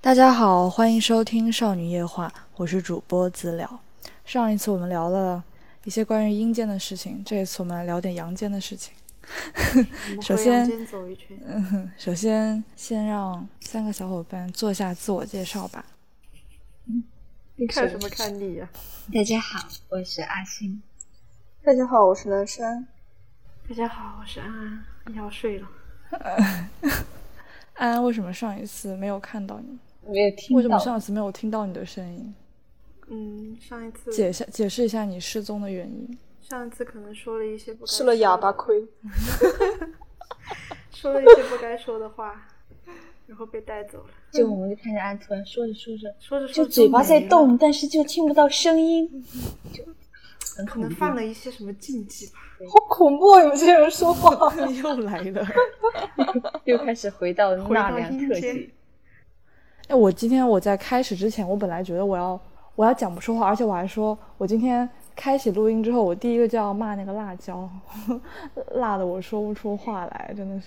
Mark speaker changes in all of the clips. Speaker 1: 大家好，欢迎收听《少女夜话》，我是主播资料。上一次我们聊了一些关于阴间的事情，这一次我们来聊点阳间的事情。 首先
Speaker 2: 我们回阳间走一圈，
Speaker 1: 嗯，首先先让三个小伙伴做一下自我介绍吧。
Speaker 2: 你
Speaker 3: 嗯
Speaker 2: 看什么看你啊呀、
Speaker 3: 大家好，我是阿星。
Speaker 4: 大家好，我是南山。
Speaker 2: 大家好，我是安安，你要睡了。
Speaker 1: 安安，为什么上一次没有看到你？
Speaker 3: 没有听
Speaker 1: 为什么上次没有听到你的声音？
Speaker 2: 嗯，上一次
Speaker 1: 解下解释一下你失踪的原因。
Speaker 2: 上一次可能说了一些不该
Speaker 4: 吃了哑巴
Speaker 2: 说
Speaker 4: 亏，
Speaker 2: 的，说了一些不该说的话，然后被带走了。
Speaker 3: 就我们就看着安突然说着说着，
Speaker 1: 嗯
Speaker 2: 说着说
Speaker 3: 就
Speaker 2: 着
Speaker 3: 嘴巴在
Speaker 2: 没了，
Speaker 3: 动，但是就听不到声音，就很
Speaker 2: 可
Speaker 3: 恐
Speaker 2: 能
Speaker 3: 怖。
Speaker 2: 犯了一些什么禁忌吧。
Speaker 4: 好恐怖！啊！你们这些人说话，
Speaker 1: 又来了。
Speaker 3: 又开始回到
Speaker 2: 回
Speaker 3: 纳
Speaker 2: 到
Speaker 3: 凉
Speaker 2: 阴
Speaker 3: 特
Speaker 2: 间
Speaker 3: 辑，，
Speaker 1: 哎，我今天我在开始之前，我本来觉得我要我要讲不出话，而且我还说，我今天开启录音之后，我第一个就要骂那个辣椒， 辣的我说不出话来，真的是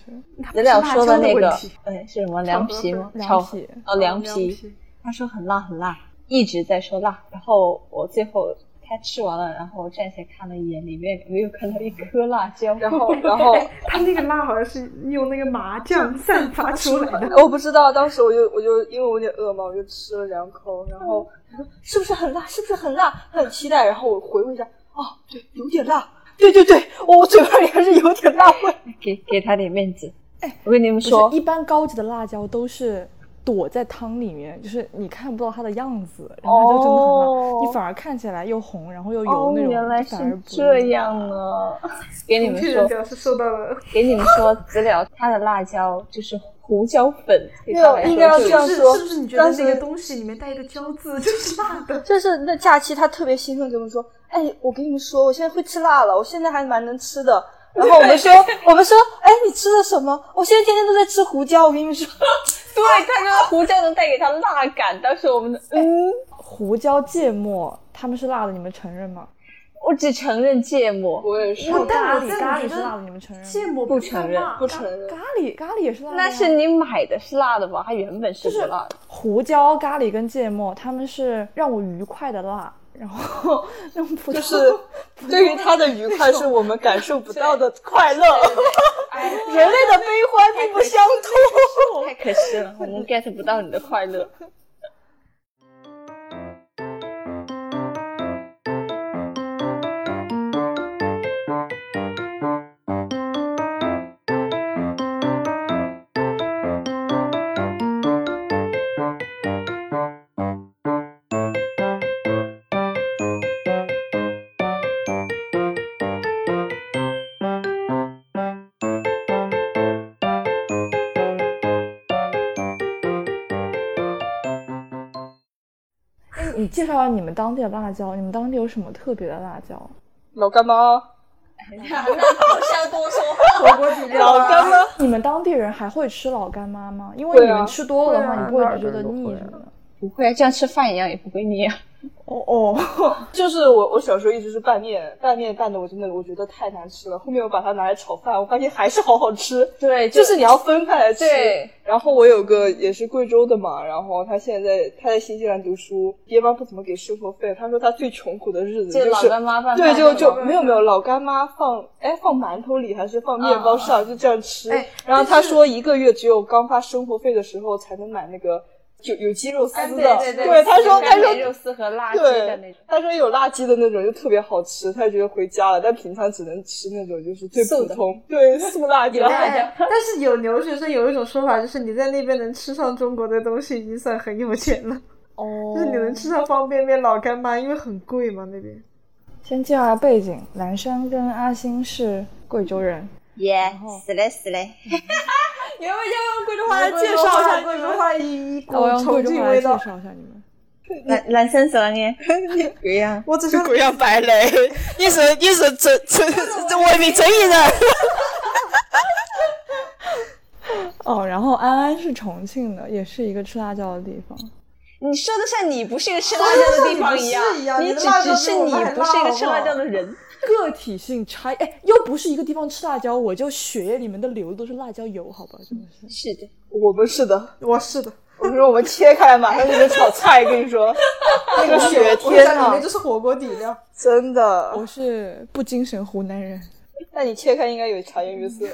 Speaker 3: 咱俩说
Speaker 2: 的
Speaker 3: 那个
Speaker 2: 问题，啊
Speaker 3: 哎，是什么凉皮吗？
Speaker 1: 凉
Speaker 3: 炒
Speaker 1: 皮
Speaker 3: 哦，凉
Speaker 2: 凉
Speaker 3: 皮。
Speaker 2: 皮
Speaker 3: 他说很辣很辣，一直在说辣。然后我最后他吃完了，然后我站起来看了一眼，里面没有看到一颗辣 椒。
Speaker 4: 然后，然 后
Speaker 2: 他那个辣好像是用那个麻 酱散发出来的。
Speaker 4: 我不知道，当时我就我就因为我有点饿嘛，我就吃了两口，然后嗯是不是很辣？是不是很辣？很期待。然后我回味一下，哦，对，有点辣。对对对，我我嘴巴里还是有点辣味。
Speaker 3: 给给他点面子。我跟你
Speaker 1: 哎
Speaker 3: 们
Speaker 1: 不是
Speaker 3: 说，
Speaker 1: 一般高级的辣椒都是躲在汤里面，就是你看不到它的样子，然后它就真的很辣，
Speaker 3: 哦
Speaker 1: 你反而看起来又红，然后又
Speaker 3: 哦
Speaker 1: 油，那种，
Speaker 3: 原来
Speaker 1: 就是反而不
Speaker 3: 这样
Speaker 1: 辣
Speaker 3: 啊！给你们
Speaker 2: 这人
Speaker 3: 说，
Speaker 2: 表示受到了
Speaker 3: 给你们说，资料它的辣椒就是胡椒粉，对
Speaker 4: 没
Speaker 3: 他
Speaker 4: 有
Speaker 3: 来
Speaker 4: 应该
Speaker 3: 说
Speaker 4: 要这
Speaker 3: 就
Speaker 4: 样
Speaker 2: 是
Speaker 4: 说
Speaker 2: 是不是你觉得
Speaker 4: 当时
Speaker 2: 那个东西里面带一个“椒”字就是辣的？
Speaker 4: 就是那假期，他特别兴奋跟我们说：“哎，我跟你们说，我现在会吃辣了，我现在还蛮能吃 的。”然后我们说，我们说，哎，你吃的什么？我现在天天都在吃胡椒。我跟你们说，
Speaker 3: 对，他说胡椒能带给他辣感。当时我们的， 嗯，
Speaker 1: 胡椒芥末，他们是辣的，你们承认吗？
Speaker 3: 我只承认芥末，
Speaker 4: 我也是
Speaker 1: 咖
Speaker 2: 我但
Speaker 1: 喱
Speaker 2: 我
Speaker 1: 咖喱
Speaker 2: 觉
Speaker 1: 是
Speaker 2: 得
Speaker 1: 辣的，你们承认吗？
Speaker 2: 芥末
Speaker 3: 不
Speaker 2: 算
Speaker 3: 承认
Speaker 2: 辣
Speaker 4: 不
Speaker 2: 咖
Speaker 4: 承认
Speaker 1: 咖。喱咖喱也是辣的呀，
Speaker 3: 那是你买的是辣的吧？它原本是不辣的。
Speaker 1: 胡椒、咖喱跟芥末，他们是让我愉快的辣，然后 那种普通
Speaker 4: 就是对于他的愉快是我们感受不到的快乐，人类的悲欢并不相同。
Speaker 3: 太可惜了，我们 get 不到你的快 乐。
Speaker 1: 哎你介绍下你们当地的辣椒，你们当地有什么特别的辣椒？
Speaker 4: 老干妈，
Speaker 3: 要多说
Speaker 2: 火锅底料
Speaker 4: 老
Speaker 2: 啊
Speaker 4: 干妈，
Speaker 1: 你们当地人还会吃老干妈吗？因为
Speaker 4: 会
Speaker 1: 你
Speaker 4: 啊
Speaker 1: 们吃多了的话，
Speaker 2: 会啊
Speaker 1: 你不会
Speaker 2: 哪儿
Speaker 1: 觉得
Speaker 2: 的人都
Speaker 1: 腻
Speaker 2: 会啊
Speaker 1: 什么的。
Speaker 3: 不会啊，这样吃饭一样也不会腻啊。
Speaker 1: 哦哦，
Speaker 4: 就是我我小时候一直是拌面，拌面拌的我真的我觉得太难吃了。后面我把它拿来炒饭，我发现还是好好吃。
Speaker 3: 对，
Speaker 4: 就是你要分开来吃。
Speaker 3: 对。
Speaker 4: 然后我有个也是贵州的嘛，然后他现在他在新西兰读书，爹妈不怎么给生活费，他说他最穷苦的日子
Speaker 3: 就
Speaker 4: 就
Speaker 3: 老
Speaker 4: 是
Speaker 3: 干妈拌
Speaker 4: 对，
Speaker 3: 饭
Speaker 4: 就
Speaker 3: 那
Speaker 4: 就
Speaker 3: 种
Speaker 4: 没有没有老干妈放哎放馒头里还是放面
Speaker 3: 嗯
Speaker 4: 包上、就这样吃。
Speaker 2: 哎
Speaker 4: 然后
Speaker 2: 但
Speaker 4: 他
Speaker 2: 是
Speaker 4: 说一个月只有刚发生活费的时候才能买那个有有鸡肉丝的，
Speaker 3: 哎对
Speaker 4: 他说他说
Speaker 3: 肉丝和辣鸡的那
Speaker 4: 对
Speaker 3: 种，。
Speaker 4: 他说有辣鸡的那种就特别好吃，他觉得回家了，但平常只能吃那种就是最
Speaker 3: 素
Speaker 4: 普
Speaker 3: 的
Speaker 4: 通，对素 辣椒。
Speaker 2: 哎，但是有留学生有一种说法，就是你在那边能吃上中国的东西，已经算很有钱了。
Speaker 1: 哦
Speaker 2: 就是你能吃上方便面、老干妈，因为很贵嘛那边。
Speaker 1: 先介绍下背景，蓝山跟阿星是贵州人，
Speaker 3: 耶
Speaker 1: 后，
Speaker 3: 死嘞死嘞！
Speaker 4: 你要不要用贵州
Speaker 2: 贵州话一一股
Speaker 1: 那 我用贵
Speaker 2: 重
Speaker 1: 州
Speaker 2: 庆
Speaker 1: 话来
Speaker 2: 味
Speaker 1: 介
Speaker 2: 道。
Speaker 1: 绍一下你们。
Speaker 3: 男男生死 了你，鬼样。
Speaker 2: 我只想
Speaker 4: 贵阳白雷，你是你是真真这文明真一人。
Speaker 1: 哦，然后安安是重庆的，也是一个吃辣椒的地方。
Speaker 3: 你说的像你不是一个吃辣椒的地方一样
Speaker 2: 说得像你不是一，样
Speaker 3: 你
Speaker 2: 你的
Speaker 3: 只
Speaker 2: 辣椒
Speaker 3: 只
Speaker 2: 比
Speaker 3: 是
Speaker 2: 我
Speaker 3: 你
Speaker 2: 们还
Speaker 3: 不是一个
Speaker 2: 辣
Speaker 3: 吃辣
Speaker 2: 好不
Speaker 3: 椒
Speaker 2: 好
Speaker 3: 的人。
Speaker 1: 个体性差异，哎，又不是一个地方吃辣椒，我就血液里面的流都是辣椒油，好吧，真的是。
Speaker 3: 是的，
Speaker 4: 我们是的，
Speaker 2: 我是的，
Speaker 4: 我比如我们切开来，马上就能炒菜。跟你 说，那个血
Speaker 2: 我在
Speaker 4: 天
Speaker 2: 里
Speaker 4: 啊
Speaker 2: 面，就是火锅底料。
Speaker 4: 真的
Speaker 1: 我。是不精神湖南人，
Speaker 4: 那你切开应该有茶颜悦 色，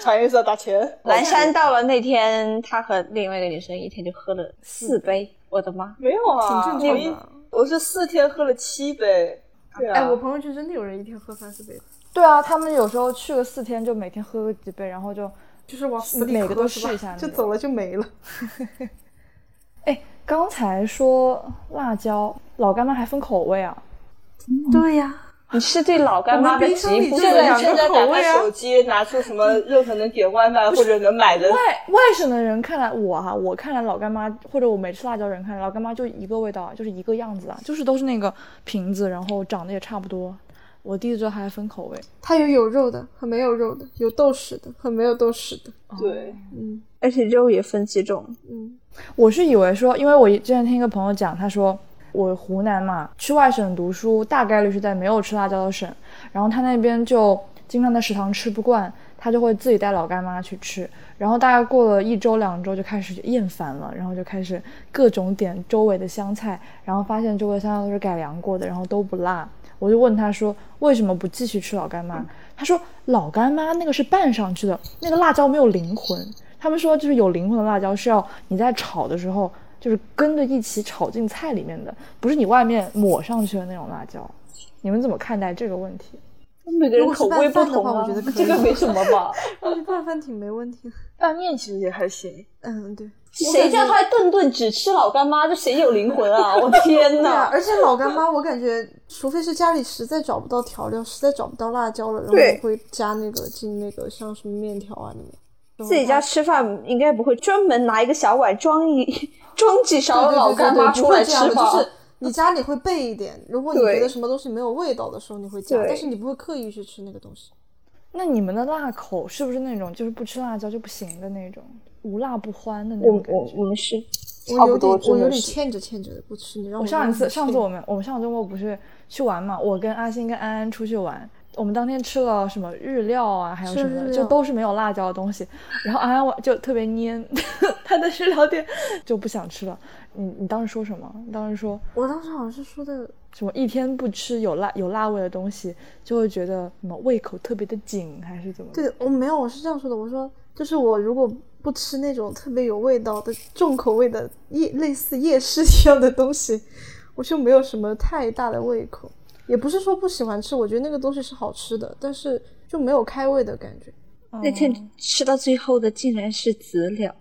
Speaker 4: 茶颜悦色打钱。
Speaker 3: 蓝山到了那天，他和另外一个女生一天就喝了四杯，我的妈！
Speaker 4: 没有啊，
Speaker 1: 挺正常
Speaker 4: 我
Speaker 1: 的。
Speaker 4: 一我是四天喝了七杯。对啊，
Speaker 2: 哎，我朋友圈真的有人一天喝三四杯的，
Speaker 1: 对啊，他们有时候去个四天，就每天喝个几杯，然后就
Speaker 2: 就是往死里
Speaker 1: 每
Speaker 2: 喝
Speaker 1: 个都
Speaker 2: 是吧
Speaker 1: 试一下那
Speaker 2: 就
Speaker 1: 种
Speaker 2: 走了就没了。
Speaker 1: 哎，刚才说辣椒，老干妈还分口味啊？
Speaker 2: 对呀，
Speaker 3: 你是对老干妈的
Speaker 2: 我们冰箱里
Speaker 3: 极
Speaker 2: 就有
Speaker 3: 度
Speaker 4: 现在
Speaker 2: 两
Speaker 4: 现
Speaker 2: 个
Speaker 4: 在
Speaker 2: 口
Speaker 4: 打
Speaker 2: 味
Speaker 4: 开
Speaker 2: 啊
Speaker 4: 手机，拿出什么任何能点外卖或者能买
Speaker 3: 哦
Speaker 4: 的，
Speaker 1: 外外省的人看来，我哈、我看来老干妈或者我没吃辣椒人看来，老干妈就一个味道啊，就是一个样子啊，就是都是那个瓶子，然后长得也差不多。我第一次知道它还分口味，
Speaker 2: 它有有肉的和没有肉的，有豆豉的和没有豆豉的。
Speaker 4: 对，
Speaker 2: 嗯
Speaker 3: 而且肉也分几种。
Speaker 2: 嗯，
Speaker 1: 我是以为说，因为我之前听一个朋友讲，他说我湖南嘛，去外省读书，大概率是在没有吃辣椒的省，然后他那边就经常在食堂吃不惯，他就会自己带老干妈去吃，然后大概过了一周两周就开始厌烦了，然后就开始各种点周围的香菜，然后发现周围的香菜都是改良过的，然后都不辣。我就问他说为什么不继续吃老干妈？他说老干妈那个是拌上去的，那个辣椒没有灵魂。他们说就是有灵魂的辣椒是要你在炒的时候就是跟着一起炒进菜里面的，不是你外面抹上去的那种辣椒。你们怎么看待这个问题？
Speaker 4: 每个
Speaker 2: 人口味不同啊这个没
Speaker 4: 什么吧。
Speaker 2: 我觉得拌饭挺没问题的。
Speaker 4: 拌面其实也还行。
Speaker 2: 嗯，对。
Speaker 4: 谁叫他顿顿只吃老干妈？这谁有灵魂 啊！我天
Speaker 2: 对啊，
Speaker 4: 哪！
Speaker 2: 而且老干妈，我感觉，除非是家里实在找不到调料，实在找不到辣椒了，然
Speaker 3: 对
Speaker 2: 后会加那个进那个像什么面条啊里面。
Speaker 3: 自己家吃饭应该不会专门拿一个小碗装一 装几勺
Speaker 2: 对
Speaker 3: 老干
Speaker 2: 对对对
Speaker 3: 妈
Speaker 2: 对
Speaker 3: 出来
Speaker 2: 不会这样
Speaker 3: 吃
Speaker 2: 的
Speaker 3: 吧？
Speaker 2: 就是你家里会备一点，如果你
Speaker 3: 对
Speaker 2: 觉得什么东西没有味道的时候，你会加，
Speaker 3: 对
Speaker 2: 但是你不会刻意去吃那个东西。
Speaker 1: 那你们的辣口是不是那种就是不吃辣椒就不行的那种，无辣不欢的那
Speaker 3: 我
Speaker 1: 种感
Speaker 3: 我
Speaker 1: 觉？
Speaker 3: 我们是
Speaker 2: 我
Speaker 3: 差
Speaker 2: 有
Speaker 3: 不多，
Speaker 2: 点，我
Speaker 3: 真
Speaker 2: 有
Speaker 3: 的
Speaker 2: 点
Speaker 3: 是。
Speaker 2: 欠着欠着的不吃，你让
Speaker 1: 我
Speaker 2: 我
Speaker 1: 上一次，
Speaker 2: 慢慢
Speaker 1: 上
Speaker 2: 吃
Speaker 1: 次我们我们上个周末不是去玩嘛，我跟阿星跟安安出去玩，我们当天吃了什么日料啊，还有
Speaker 2: 是
Speaker 1: 什么
Speaker 2: 日
Speaker 1: 的，
Speaker 2: 料
Speaker 1: 就都是没有辣椒的东西。然后安安就特别蔫， 他的日料店就不想吃了。你你当时说什么？你当时说
Speaker 2: 我当时好像是说的，
Speaker 1: 什么一天不吃有辣有辣味的东西，就会觉得什么胃口特别的紧，还是怎么？，
Speaker 2: 对，哦我没有，我是这样说的，我说就是我如果不吃那种特别有味道的重口味的夜类似夜市一样的东西，我就没有什么太大的胃口。也不是说不喜欢吃，我觉得那个东西是好吃的，但是就没有开胃的感觉。
Speaker 3: 那
Speaker 1: 嗯
Speaker 3: 天吃到最后的竟然是籽了，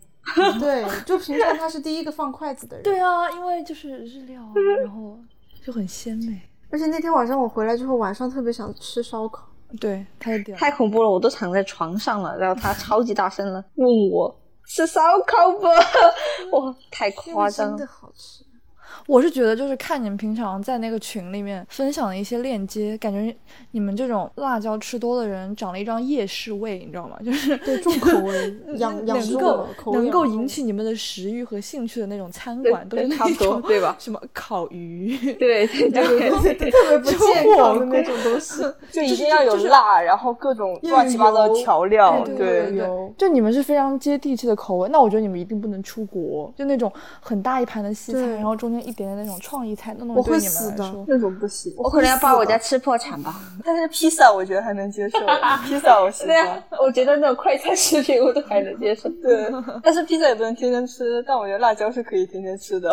Speaker 2: 对，就平常他是第一个放筷子的人。
Speaker 1: 对啊，因为就是日料啊，然后就很鲜美。
Speaker 2: 而且那天晚上我回来之后，晚上特别想吃烧烤。
Speaker 1: 对，他的点
Speaker 3: 太恐怖了！我都躺在床上了，然后他超级大声了，问我吃烧烤不？ 哇，太夸
Speaker 2: 因
Speaker 3: 张
Speaker 2: 为真的
Speaker 3: 了！
Speaker 2: 好吃。
Speaker 1: 我是觉得，就是看你们平常在那个群里面分享的一些链接，感觉你们这种辣椒吃多的人长了一张夜市胃，你知道吗？就是
Speaker 2: 对重口味养养
Speaker 1: 能
Speaker 2: 猪
Speaker 1: 够
Speaker 2: 了口味嗯
Speaker 1: 能
Speaker 2: 养
Speaker 1: 够
Speaker 2: 猪
Speaker 1: 引起你们的食欲和兴趣的那种餐馆，都
Speaker 3: 对
Speaker 1: 是
Speaker 3: 差
Speaker 1: 那
Speaker 3: 不多
Speaker 1: 种
Speaker 3: 对 吧
Speaker 1: 什么烤鱼，
Speaker 3: 对 对对对，
Speaker 2: 特别不健康的那种东 西，
Speaker 4: 就一定要有辣，然后各种
Speaker 2: 又有
Speaker 4: 乱七八糟的调料，
Speaker 1: 对
Speaker 2: 哦对
Speaker 4: 对，
Speaker 2: 有
Speaker 1: 就你们是非常接地气的口味。那我觉得你们一定不能出国，就那种很大一盘的西菜，
Speaker 2: 对
Speaker 1: 然后中间一点点那种创意菜，那种
Speaker 2: 我
Speaker 1: 嗯对
Speaker 2: 会
Speaker 1: 你们
Speaker 2: 死
Speaker 1: 来
Speaker 2: 的
Speaker 1: 说，
Speaker 4: 那种不行。
Speaker 3: 我可能要把我家吃破产吧。
Speaker 4: 但是披萨我觉得还能接受，披萨我喜
Speaker 3: 对啊
Speaker 4: 欢。，
Speaker 3: 我觉得那种快餐食品我都还能接受。
Speaker 4: 对， 但是披萨也不能天天吃，但我觉得辣椒是可以天天吃的。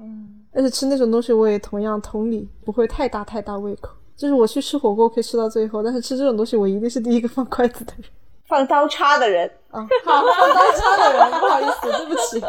Speaker 2: 嗯而且吃那种东西我也同样同理，不会太大太大胃口。就是我去吃火锅可以吃到最后，但是吃这种东西我一定是第一个放筷子的人
Speaker 3: 放刀叉的人，
Speaker 2: 啊！好，放刀叉的人，不好意思，对不起。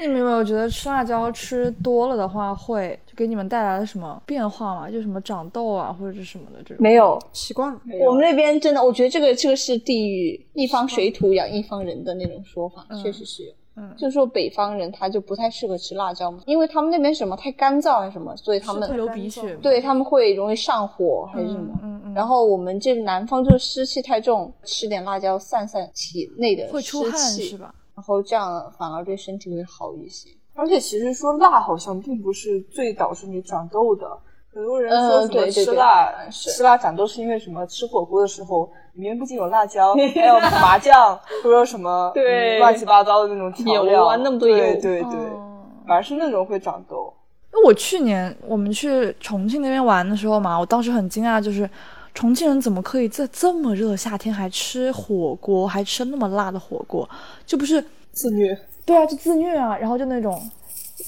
Speaker 1: 你们有没有觉得吃辣椒吃多了的话，会就给你们带来了什么变化吗？就什么长痘啊，或者是什么的这种？
Speaker 3: 没有，
Speaker 2: 习惯了，
Speaker 4: 没有
Speaker 3: 我们那边真的，我觉得这个这个是地域一方水土养一方人的那种说法，
Speaker 1: 嗯
Speaker 3: 确实是有。
Speaker 1: 嗯
Speaker 3: 就说北方人他就不太适合吃辣椒嘛，因为他们那边什么太干燥啊还是什么，所以他
Speaker 1: 是会
Speaker 3: 们
Speaker 1: 流鼻血吗，
Speaker 3: 对他们会容易上火还
Speaker 1: 嗯，
Speaker 3: 是什么。
Speaker 1: 嗯嗯，
Speaker 3: 然后我们这南方就是湿气太重，吃点辣椒散散体内的
Speaker 1: 会出
Speaker 3: 湿
Speaker 1: 汗
Speaker 3: 气
Speaker 1: 是？吧？
Speaker 3: 然后这样反而对身体会好一些。
Speaker 4: 而且其实说辣好像并不是最导致你长痘的，很多人
Speaker 3: 嗯
Speaker 4: 说什么
Speaker 3: 对对
Speaker 4: 吃
Speaker 3: 对
Speaker 4: 辣、
Speaker 3: 嗯是
Speaker 4: 吃辣长痘是因为什么？吃火锅的时候里面不仅有 辣椒，还有麻酱，或者什么
Speaker 3: 对
Speaker 4: 嗯乱七八糟的那种调料，
Speaker 3: 油啊那么多
Speaker 4: 对
Speaker 3: 油
Speaker 4: 对对，
Speaker 1: 哦
Speaker 4: 反而是那种会长痘。
Speaker 1: 因为我去年我们去重庆那边玩的时候嘛，我当时很惊讶，就是重庆人怎么可以在这么热的夏天还吃火锅，还吃那么辣的火锅？这不是
Speaker 4: 自虐，
Speaker 1: 对啊，就自虐啊，然后就那种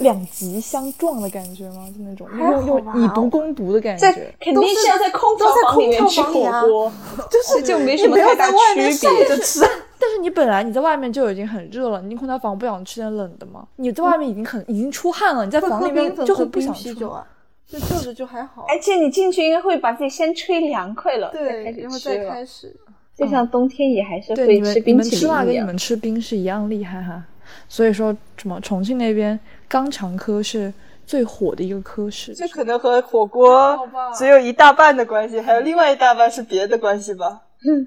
Speaker 1: 两极相撞的感觉吗？就那种
Speaker 2: 还好
Speaker 1: 用用
Speaker 2: 吧
Speaker 1: 以毒攻毒的感
Speaker 3: 在
Speaker 1: 觉。
Speaker 3: 肯定是要在空调
Speaker 2: 都在
Speaker 3: 房里面
Speaker 2: 空
Speaker 3: 吃
Speaker 2: 调
Speaker 3: 火
Speaker 4: 啊
Speaker 2: 房里
Speaker 3: 锅，
Speaker 2: 就是
Speaker 3: 就没
Speaker 2: 你
Speaker 3: 什么
Speaker 2: 不要
Speaker 3: 太大
Speaker 2: 在外面
Speaker 3: 区
Speaker 2: 晒
Speaker 3: 别
Speaker 2: 着吃，
Speaker 1: 但是你本来你在外面就已经很热了，你空调房不想吃点冷的吗？你在外面已经很、已经出汗了，你在
Speaker 2: 会
Speaker 1: 房
Speaker 2: 喝
Speaker 1: 里面
Speaker 2: 冰粉
Speaker 1: 就
Speaker 2: 和
Speaker 1: 很不
Speaker 2: 冰
Speaker 1: 想
Speaker 2: 啤
Speaker 1: 出
Speaker 2: 酒啊，就热着就还好。
Speaker 3: 而且你进去应该会把自己先吹凉快了，再哎开
Speaker 2: 对，然后
Speaker 3: 始
Speaker 2: 再
Speaker 3: 吃了。
Speaker 2: 开始。
Speaker 3: 就像冬天也还是
Speaker 1: 嗯对，
Speaker 3: 会
Speaker 1: 你
Speaker 3: 吃
Speaker 1: 们你
Speaker 3: 冰
Speaker 1: 们
Speaker 3: 淇
Speaker 1: 吃辣
Speaker 3: 淋一
Speaker 1: 跟你
Speaker 3: 样。
Speaker 1: 们吃冰是一样厉害哈。所以说，什么重庆那边肛肠科是最火的一个科室，
Speaker 4: 这可能和火锅只有一大半的关系，还有另外一大半是别的关系 吧？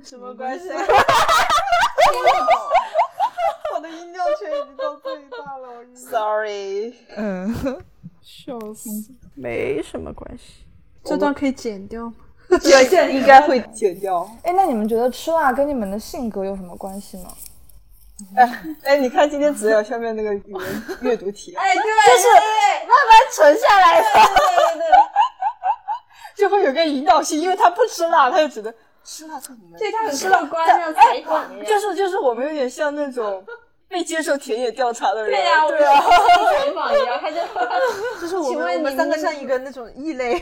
Speaker 4: 什么关 系？
Speaker 2: 我的音量圈已经到最大了，我
Speaker 4: Sorry，
Speaker 1: 嗯，
Speaker 2: 笑死，没什么关系。这段可以剪掉吗？
Speaker 4: 这个应该会剪掉。
Speaker 1: 哎，那你们觉得吃辣跟你们的性格有什么关系吗？
Speaker 4: 哎哎，你看今天资料下面那个语文阅读题，
Speaker 3: 哎，对，就是慢慢存下来的。对对对，
Speaker 4: 就会有个引导性，因为他不吃辣，他就只能吃辣做你们。
Speaker 3: 对他很客观，像采访一样。
Speaker 4: 就是就是我们有点像那种被接受田野调查的人，啊
Speaker 3: 对呀，我们像采访一样， 他就
Speaker 2: 就是我
Speaker 3: 请问
Speaker 2: 们我
Speaker 3: 你
Speaker 2: 们三个
Speaker 3: 们
Speaker 2: 像一个那种异类，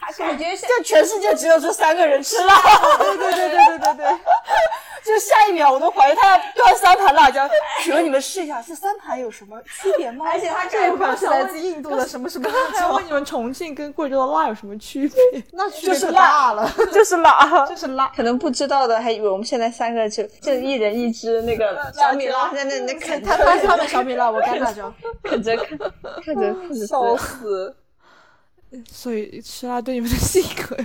Speaker 3: 他感觉是
Speaker 4: 就全世界只有这三个人吃 辣，
Speaker 2: 对对对对对对对，
Speaker 4: 就下一秒我都怀疑他要端三盘辣椒。请问你们试一下，这三盘有什么 区别吗？而且他
Speaker 1: 哎
Speaker 2: 这一款是来自印度的什么什么辣
Speaker 1: 还
Speaker 2: 椒，
Speaker 1: 问你们重庆跟贵州的辣有什么区别？
Speaker 2: 那区
Speaker 4: 就
Speaker 2: 别
Speaker 4: 是
Speaker 2: 可
Speaker 4: 辣
Speaker 2: 大了，
Speaker 4: 就是辣，
Speaker 2: 就是辣。
Speaker 3: 可能不知道的，还以为我们现在三个就就一人一只那个小米辣，在那里面啃
Speaker 2: 他他他们小米辣，我干辣椒。
Speaker 3: 啃着看，看着看 着吃。
Speaker 4: 笑死！
Speaker 1: 所以吃辣对你们的性格，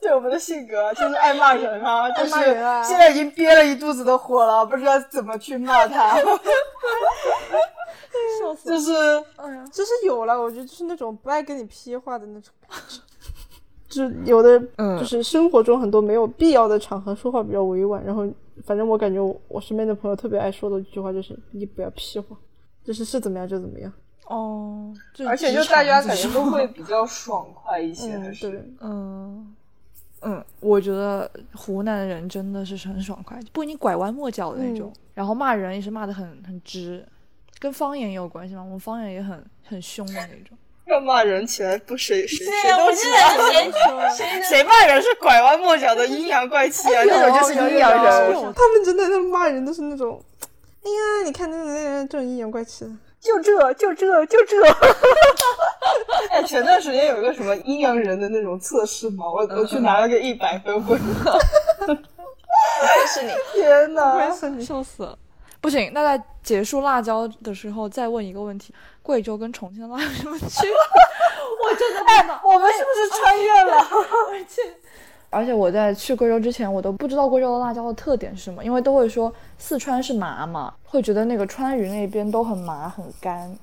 Speaker 4: 对我们的性格就是爱骂人啊，就是
Speaker 2: 骂人啊
Speaker 4: 现在已经憋了一肚子的火了，不知道怎么去骂 他，
Speaker 1: 笑死！
Speaker 4: 就是
Speaker 2: 就是有了，我觉得就是那种不爱跟你屁话的那种感觉。就有的，
Speaker 1: 嗯
Speaker 2: 就是生活中很多没有必要的场合说话比较委婉，然后反正我感觉我我身边的朋友特别爱说的一句话就是你不要屁话，就是是怎么样就怎么样。
Speaker 1: 哦，这
Speaker 4: 而且
Speaker 1: 职
Speaker 4: 就
Speaker 1: 场
Speaker 4: 大家
Speaker 1: 这
Speaker 4: 感觉
Speaker 1: 种
Speaker 4: 都会比较爽快一些，还
Speaker 2: 嗯，
Speaker 4: 是
Speaker 2: 对，
Speaker 1: 嗯，嗯，我觉得湖南人真的是很爽快，不给你拐弯抹角的那种，然后骂人也是骂的很很直，跟方言也有关系嘛，我们方言也很很凶的那种。
Speaker 4: 要骂人起来不谁谁
Speaker 3: 对
Speaker 4: 谁
Speaker 3: 我
Speaker 4: 都
Speaker 3: 知
Speaker 4: 知
Speaker 3: 道
Speaker 4: 道，
Speaker 3: 谁
Speaker 4: 谁骂人是拐弯抹角的阴阳怪气啊，
Speaker 1: 哎
Speaker 4: 那种就是阴阳人，
Speaker 1: 有
Speaker 2: 他们真的那骂人都是那种，哎呀，你看那那那这种阴阳怪
Speaker 1: 啊
Speaker 2: 气的，
Speaker 4: 就这就这就这。哎，前段时间有一个什么阴阳人的那种测试嘛，我
Speaker 1: 嗯
Speaker 4: 我去拿了个一百分 回来。
Speaker 3: 是你。
Speaker 4: 天哪！
Speaker 1: 笑死了。不行，那在结束辣椒的时候再问一个问题：贵州跟重庆的辣有什么区别？ 我真的不知道。
Speaker 4: 我们是不是穿越了？
Speaker 1: 而且我在去贵州之前，我都不知道贵州的辣椒的特点是什么，因为都会说四川是麻嘛，会觉得那个川渝那边都很麻很干。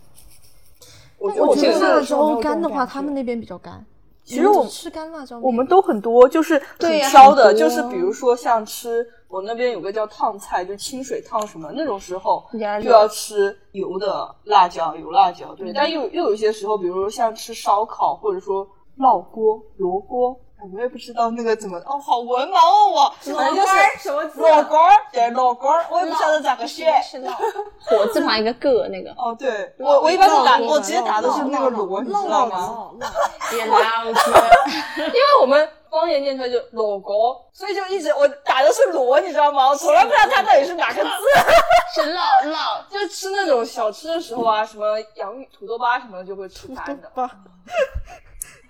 Speaker 4: 我
Speaker 1: 我觉得
Speaker 4: 我
Speaker 1: 辣椒干的话他们
Speaker 2: 那边比较干。
Speaker 4: 其实我
Speaker 2: 嗯吃干辣椒面，
Speaker 4: 我们都很多，就是很
Speaker 3: 对呀
Speaker 4: 挑的，
Speaker 3: 很多
Speaker 4: 就是比如说像吃我那边有个叫烫菜，就清水烫什么那种时候，
Speaker 3: 鸭肉
Speaker 4: 就要吃油的辣椒，油辣椒。
Speaker 2: 嗯
Speaker 4: 对，但又又有一些时候，比如说像吃烧烤，或者说烙锅、罗锅，哎我也不知道那个怎么哦，好文盲哦，我反正就是
Speaker 3: 什么字啊
Speaker 4: 老官儿，对老官儿，我也不晓得咋个写。
Speaker 3: 是烙，火字旁一个个那个。
Speaker 4: 哦，对我我一般都打，
Speaker 2: 烙
Speaker 4: 我直接打的是那个
Speaker 2: 烙
Speaker 4: 罗，你知
Speaker 2: 烙
Speaker 4: 道
Speaker 2: 烙
Speaker 4: 吗？
Speaker 3: 也拉我去。
Speaker 4: 因为我们方言念出来就裸国，所以就一直我打的是裸，你知道吗？我从来不知道它到底是哪个字。
Speaker 3: 是烙烙，
Speaker 4: 就是吃那种小吃的时候啊，什么洋芋土豆粑什么的就会吃干的。
Speaker 2: 吧，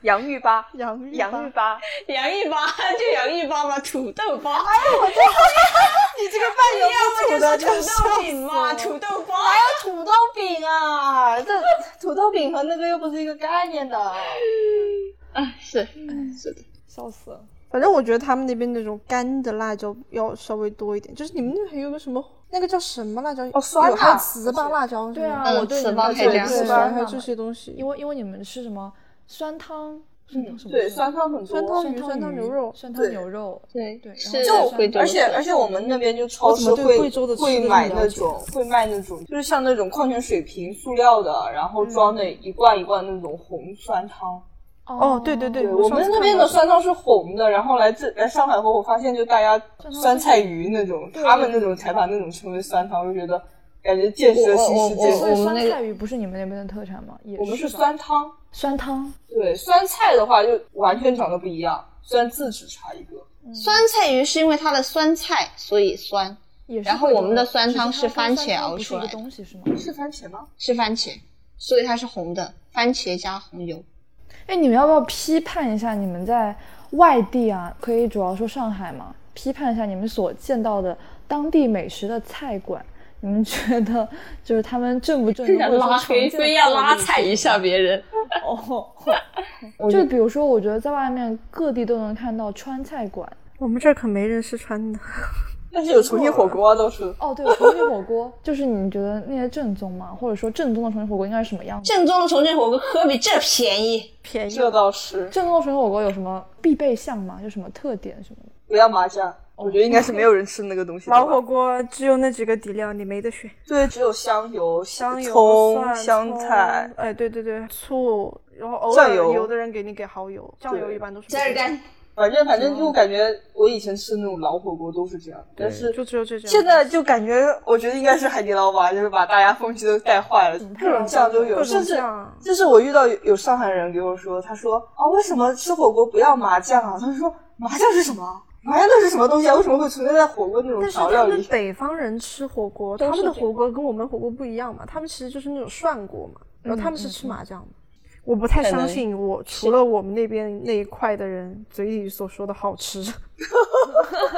Speaker 4: 洋芋粑，
Speaker 2: 洋芋
Speaker 4: 洋
Speaker 2: 吧
Speaker 4: 芋粑，
Speaker 3: 洋芋 粑就洋芋粑吧，土豆粑，
Speaker 4: 哎 你这个拌油不
Speaker 3: 要
Speaker 4: 土
Speaker 3: 不
Speaker 4: 的
Speaker 3: 就是
Speaker 4: 就
Speaker 3: 土豆
Speaker 4: 是
Speaker 3: 饼嘛，土豆粑。
Speaker 4: 还有土豆饼啊，这土豆饼和那个又不是一个概 念的。嗯
Speaker 3: 啊，是是的，
Speaker 1: 笑死了。
Speaker 2: 反正我觉得他们那边那种干的辣椒要稍微多一点，就是你们那边还有个什么，那个叫什么辣椒？
Speaker 4: 哦酸
Speaker 2: 有还有
Speaker 4: 辣
Speaker 2: 糍粑辣椒。
Speaker 1: 对啊，
Speaker 3: 嗯
Speaker 1: 我对
Speaker 3: 糍
Speaker 1: 你
Speaker 3: 粑
Speaker 1: 们
Speaker 3: 太
Speaker 1: 对
Speaker 2: 对，
Speaker 3: 凉
Speaker 1: 糍
Speaker 2: 糍
Speaker 1: 粑
Speaker 2: 粑
Speaker 1: 还有
Speaker 2: 还有
Speaker 1: 这
Speaker 2: 这
Speaker 1: 些，
Speaker 2: 些东西
Speaker 1: 因。为因为你们是什么酸汤，酸汤什么
Speaker 4: 对，
Speaker 1: 酸
Speaker 4: 酸汤很多。
Speaker 2: 嗯酸汤鱼、
Speaker 1: 酸汤
Speaker 2: 酸汤
Speaker 1: 鱼
Speaker 2: 牛肉，
Speaker 1: 酸汤
Speaker 4: 对
Speaker 1: 牛肉，
Speaker 3: 对
Speaker 1: 对然后
Speaker 3: 是
Speaker 1: 就
Speaker 3: 贵州
Speaker 4: 而且
Speaker 3: 的
Speaker 4: 而且我们那边就超
Speaker 1: 我怎
Speaker 4: 市
Speaker 1: 么对
Speaker 4: 会
Speaker 1: 贵州的吃
Speaker 4: 会
Speaker 1: 的这么
Speaker 4: 买那
Speaker 1: 了解
Speaker 4: 种会卖那种就是像那种矿泉水瓶塑料的，然后装的一罐一罐那种红酸汤。
Speaker 2: 哦对对对
Speaker 4: 对
Speaker 2: 我
Speaker 4: 我
Speaker 2: 上
Speaker 4: 们
Speaker 2: 次
Speaker 4: 那
Speaker 2: 看
Speaker 4: 边
Speaker 2: 到
Speaker 4: 的酸汤是红的，然后来自来上海后，我发现就大家
Speaker 1: 酸汤
Speaker 4: 酸
Speaker 1: 是
Speaker 4: 菜鱼那种，
Speaker 1: 对
Speaker 4: 他们那种才把那种称为酸汤，我就觉得感觉见识了新世
Speaker 3: 我
Speaker 1: 所
Speaker 4: 界。
Speaker 1: 以
Speaker 3: 我们
Speaker 1: 酸
Speaker 3: 那个
Speaker 1: 菜鱼不是你们那边的特产吗？也
Speaker 4: 我们是
Speaker 1: 吧
Speaker 4: 酸汤，
Speaker 1: 酸汤，
Speaker 4: 对酸菜的话就完全长得不一样，虽然字只差一个。
Speaker 3: 酸菜鱼是因为它的酸菜，所以酸，
Speaker 1: 也是
Speaker 3: 然后
Speaker 1: 贵
Speaker 3: 我
Speaker 1: 州
Speaker 3: 们的
Speaker 1: 只
Speaker 3: 酸
Speaker 1: 是
Speaker 3: 汤
Speaker 1: 它
Speaker 3: 是
Speaker 1: 跟
Speaker 3: 番
Speaker 1: 酸
Speaker 3: 茄
Speaker 1: 汤
Speaker 3: 熬
Speaker 1: 不
Speaker 3: 出
Speaker 1: 是一个
Speaker 3: 来的
Speaker 1: 东西是吗？
Speaker 4: 是番茄吗？
Speaker 3: 是番茄，所以它是红的，番茄加红油。
Speaker 1: 哎，你们要不要批判一下你们在外地啊？可以主要说上海嘛，批判一下你们所见到的当地美食的菜馆，你们觉得就是他们正不正 宗，或者说常见的套路是什么
Speaker 3: 别人。
Speaker 1: 哦。就比如说，我觉得在外面各地都能看到川菜馆。
Speaker 2: 我们这儿可没人吃川的。
Speaker 4: 但是有重庆火锅啊，倒是。
Speaker 1: 哦，对，重庆火锅，就是你觉得那些正宗嘛，或者说正宗的重庆火锅应该是什么样子？
Speaker 3: 正宗的重庆火锅可比这便宜，
Speaker 2: 便宜。
Speaker 4: 这倒是，
Speaker 1: 正宗的重庆火锅有什么必备项吗？有什么特点什么的？
Speaker 4: 不要麻酱，
Speaker 2: 哦
Speaker 4: 我觉得应该是没有人吃那个东西的吧。
Speaker 2: 老火锅只有那几个底料，你没得选。
Speaker 4: 对，只有香油、
Speaker 2: 香油、
Speaker 4: 葱、
Speaker 2: 蒜
Speaker 4: 香菜
Speaker 2: 葱，哎，对对对，醋，然后偶
Speaker 4: 酱
Speaker 2: 尔
Speaker 4: 油
Speaker 2: 有的人给你给蚝油，酱油一般都是
Speaker 3: 加点干。
Speaker 4: 反正反正就感觉我以前吃那种老火锅都是这样，但是
Speaker 2: 就只有这种。
Speaker 4: 现在就感觉我觉得应该是海底捞吧，就是把大家风气都带坏了，各种酱都有，
Speaker 2: 嗯各
Speaker 4: 甚
Speaker 2: 种
Speaker 4: 至
Speaker 2: 酱，
Speaker 4: 就是我遇到有有上海人给我说，他说啊，为什么吃火锅不要麻酱啊？他说麻酱是什么？麻酱那是什么东西啊？为什么会存在在火锅那种
Speaker 2: 但是
Speaker 4: 调
Speaker 2: 他
Speaker 4: 料
Speaker 2: 们
Speaker 4: 里？
Speaker 2: 北方人吃火锅，
Speaker 3: 都
Speaker 2: 他
Speaker 3: 是
Speaker 2: 们的
Speaker 3: 这
Speaker 2: 火锅跟我们火锅不一样嘛，他们其实就是那种涮锅嘛，然后他们是
Speaker 1: 嗯
Speaker 2: 吃麻酱的。我不太
Speaker 3: 可
Speaker 2: 相
Speaker 3: 能
Speaker 2: 信我除了我们那边那一块的人嘴里所说的好吃，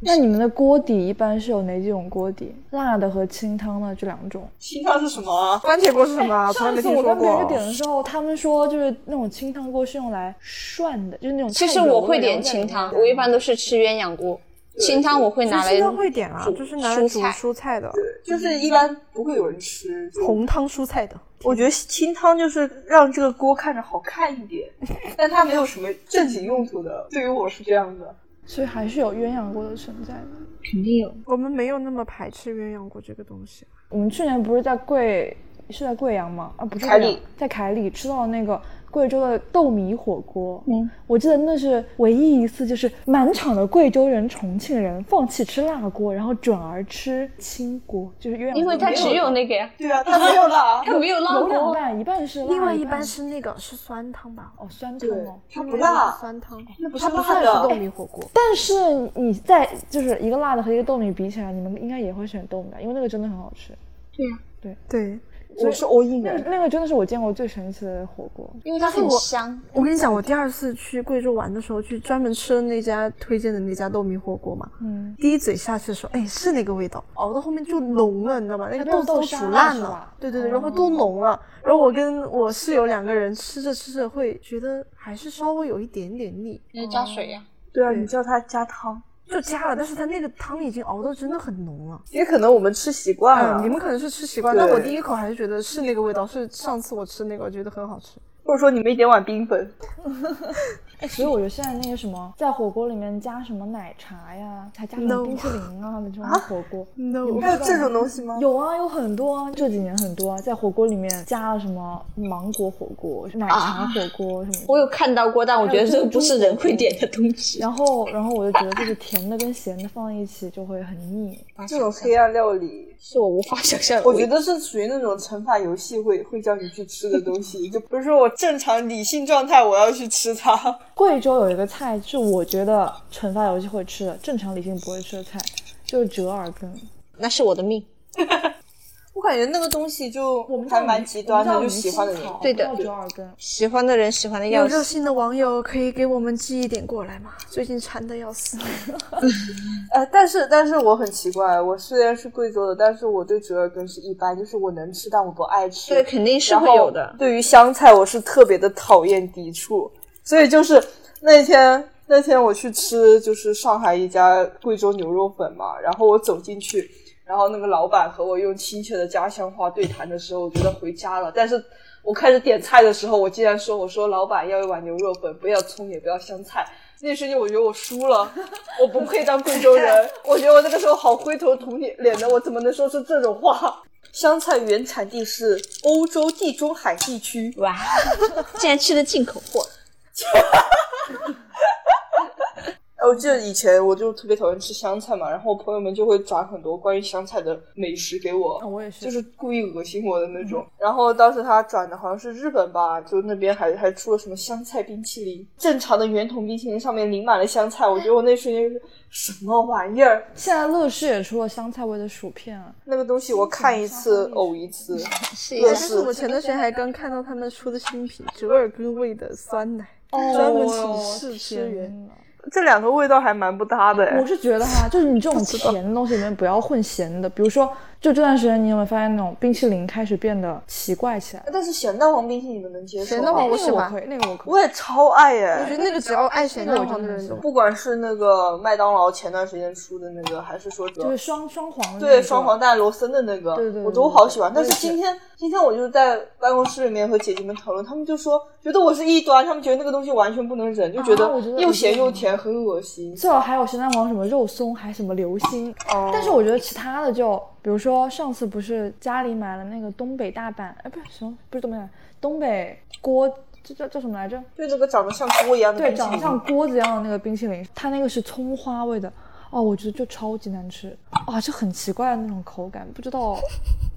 Speaker 1: 那你们的锅底一般是有哪几种锅底？辣的和清汤的这两种。
Speaker 4: 清汤是什么啊？
Speaker 2: 番茄锅是什么啊？从来
Speaker 1: 哎上
Speaker 2: 没
Speaker 1: 次
Speaker 2: 听
Speaker 1: 我
Speaker 2: 说
Speaker 1: 跟别
Speaker 2: 过
Speaker 1: 人。点的时候，他们说就是那种清汤锅是用来涮的，就是那种菜
Speaker 3: 其
Speaker 1: 油
Speaker 3: 实
Speaker 1: 的。
Speaker 3: 我会点清汤，我一般都是吃鸳鸯锅，清汤我会拿来
Speaker 2: 清汤会点啊，
Speaker 3: 煮
Speaker 2: 就是拿来
Speaker 3: 蔬
Speaker 2: 煮
Speaker 3: 菜
Speaker 2: 蔬菜的，
Speaker 4: 就是一般不会有人吃就
Speaker 2: 红汤蔬菜的。
Speaker 4: 我觉得清汤就是让这个锅看着好看一点，但它没有什么正经用途的。对于我是这样的，
Speaker 1: 所以还是有鸳鸯锅的存在的。
Speaker 3: 肯定有。
Speaker 2: 我们没有那么排斥鸳鸯锅这个东西。
Speaker 1: 我们去年不是在贵是在贵阳吗？啊，不是
Speaker 4: 凯
Speaker 1: 贵阳
Speaker 4: 里，
Speaker 1: 在凯里吃到那个贵州的豆米火锅。
Speaker 3: 嗯，
Speaker 1: 我记得那是唯一一次，就是满场的贵州人、重庆人放弃吃辣锅，然后转而吃清锅，就是鸳鸯锅。
Speaker 3: 因为它只
Speaker 1: 没
Speaker 3: 有那个呀，
Speaker 4: 对啊，它没 有辣，
Speaker 3: 它没有辣
Speaker 1: 有两
Speaker 3: 锅，
Speaker 1: 半，一半是辣，
Speaker 2: 另外一般
Speaker 1: 半
Speaker 2: 是那个是酸汤吧，
Speaker 1: 哦酸汤
Speaker 4: 对
Speaker 1: 哦。，
Speaker 4: 它
Speaker 2: 因
Speaker 4: 不
Speaker 2: 为
Speaker 4: 辣，
Speaker 2: 酸汤，
Speaker 4: 那不是
Speaker 2: 它不
Speaker 4: 辣
Speaker 2: 算是豆
Speaker 4: 的。
Speaker 2: 米火锅。
Speaker 1: 但是你在就是一个辣的和一个豆米比起来，你们应该也会选豆米吧？因为那个真的很好吃。
Speaker 2: 对，
Speaker 1: 所以
Speaker 4: 是 all in
Speaker 1: 那个
Speaker 4: 的，
Speaker 1: 那个真的是我见过最神奇的火锅。
Speaker 3: 因为它很香。
Speaker 2: 我跟你讲，我第二次去贵州玩的时候，去专门吃了那家推荐的那家豆米火锅嘛。
Speaker 1: 嗯，
Speaker 2: 第一嘴下去的时候，哎，是那个味道，熬到后面就浓了，你知道吗？那个
Speaker 1: 它那
Speaker 2: 豆
Speaker 1: 个
Speaker 2: 子都
Speaker 1: 豆沙
Speaker 2: 煮
Speaker 1: 了
Speaker 2: 烂
Speaker 1: 是
Speaker 2: 了
Speaker 1: 吧，
Speaker 2: 对对对，然后都浓了。然后我跟我室友两个人吃着吃着，会觉得还是稍微有一点点腻，
Speaker 3: 要加水呀，
Speaker 4: 对啊，你叫它加汤，
Speaker 2: 就加了，但是它那个汤已经熬到真的很浓了。
Speaker 4: 也可能我们吃习惯
Speaker 2: 嗯，
Speaker 4: 了
Speaker 2: 你，们可能是吃习惯，
Speaker 4: 啊对
Speaker 2: 但我第一口还是觉得是那个味道，是上次我吃那个，我觉得很好吃。
Speaker 4: 或者说你没点碗冰粉，
Speaker 1: 哎，所以我觉得现在那个什么，在火锅里面加什么奶茶呀，还加什么
Speaker 2: No
Speaker 1: 冰淇淋啊的这种火锅。
Speaker 2: No，
Speaker 4: 还有这种东西吗？
Speaker 1: 有啊，有很多啊，这几年很多啊，在火锅里面加了什么芒果火锅、奶茶火锅什么的。
Speaker 3: 我有看到过，但我觉得这个不是人会点的东西。
Speaker 1: 然后，然后我就觉得就是甜的跟咸的放一起就会很腻。
Speaker 4: 这种黑暗料理，
Speaker 3: 是我无法想象的
Speaker 4: 我
Speaker 3: 味道。
Speaker 4: 觉得是属于那种惩罚游戏会会叫你去吃的东 西，就不是说我正常理性状态我要去吃它。
Speaker 1: 贵州有一个菜是我觉得惩罚游戏会吃的，正常理性不会吃的菜，就是折耳根。
Speaker 3: 那是我的命。
Speaker 4: 我感觉那个东西就
Speaker 1: 我们
Speaker 4: 还蛮极端的，就喜欢的人。
Speaker 3: 对的
Speaker 1: 折耳根。
Speaker 3: 喜欢的人喜欢的
Speaker 2: 有
Speaker 3: 要
Speaker 2: 热
Speaker 3: 死。
Speaker 2: 心的网友可以给我们寄一点过来吗？最近馋的要 死。
Speaker 4: 呃，但是但是我很奇怪，我虽然是贵州的，但是我对折耳根是一般，就是我能吃，但我不爱吃。
Speaker 3: 对，肯定是
Speaker 4: 然后
Speaker 3: 会有的。
Speaker 4: 对于香菜，我是特别的讨厌抵触，所以就是那天那天我去吃就是上海一家贵州牛肉粉嘛，然后我走进去，然后那个老板和我用亲切的家乡话对谈的时候，我觉得回家了。但是我开始点菜的时候，我竟然说：“我说老板要一碗牛肉粉，不要葱也不要香菜。”那一瞬间，我觉得我输了，我不配当贵州人。我觉得我那个时候好灰头土脸脸的，我怎么能说出这种话？香菜原产地是欧洲地中海地区，
Speaker 3: 哇，竟然吃的进口货，
Speaker 4: 哎，我记得以前我就特别讨厌吃香菜嘛，然后朋友们就会转很多关于香菜的美食给我，
Speaker 1: 啊我也，
Speaker 4: 就是是故意恶心我的那种。然后当时他转的好像是日本吧，就那边还还出了什么香菜冰淇淋，正常的圆筒冰淇淋上面淋满了香菜，我觉得我那瞬间就是什么玩意儿，
Speaker 1: 现在乐事也出了香菜味的薯片啊，
Speaker 4: 那个东西我看一次呕一次。
Speaker 3: 是
Speaker 4: 也
Speaker 2: 但
Speaker 4: 是
Speaker 2: 是我前段时间还刚看到他们出的新品折耳根味的酸奶，
Speaker 4: 哦
Speaker 2: 专门请试吃员。
Speaker 1: 天哪
Speaker 4: 这两个味道还蛮不搭的哎
Speaker 1: 我是觉得哈，就是你这种甜的东西里面不要混咸的，比如说，就这段时间你有没有发现那种冰淇淋开始变得奇怪起来？
Speaker 4: 但是咸蛋黄冰淇淋你们能接受
Speaker 2: 咸
Speaker 4: 吗？
Speaker 2: 蛋黄
Speaker 1: 那
Speaker 2: 我喜
Speaker 1: 个我
Speaker 2: 欢
Speaker 1: 可以，那个我可以。
Speaker 4: 我也超爱
Speaker 2: 我觉
Speaker 4: 耶。
Speaker 2: 得那个只要爱咸蛋黄的人
Speaker 1: 那个
Speaker 2: 都
Speaker 1: 我
Speaker 4: 不管是那个麦当劳前段时间出的那个，还是说
Speaker 1: 就是双双黄的、那
Speaker 4: 对
Speaker 1: 个
Speaker 4: 双黄蛋罗森的那个，
Speaker 1: 对对对
Speaker 4: 我都好喜欢。
Speaker 1: 对
Speaker 4: 但
Speaker 1: 对
Speaker 4: 是今天今天我就在办公室里面和姐姐们讨论，她们就说觉得我是异端，她们觉得那个东西完全不能忍，就觉
Speaker 1: 啊我觉得
Speaker 4: 又咸又甜，很恶心。
Speaker 1: 最后还有咸蛋黄什么肉松，还什么流心。
Speaker 4: 哦
Speaker 1: 但是我觉得其他的就，比如说上次不是家里买了那个东北大板，哎，不是什么，不是东北大板，东北锅，这叫叫什么来着？
Speaker 4: 对那个长得像锅
Speaker 2: 呃
Speaker 4: 一样的
Speaker 1: 对，
Speaker 4: 冰淇淋
Speaker 1: 长得像锅子一样的那个冰淇淋，它那个是葱花味的，哦，我觉得就超级难吃，啊、就很奇怪的那种口感，不知道，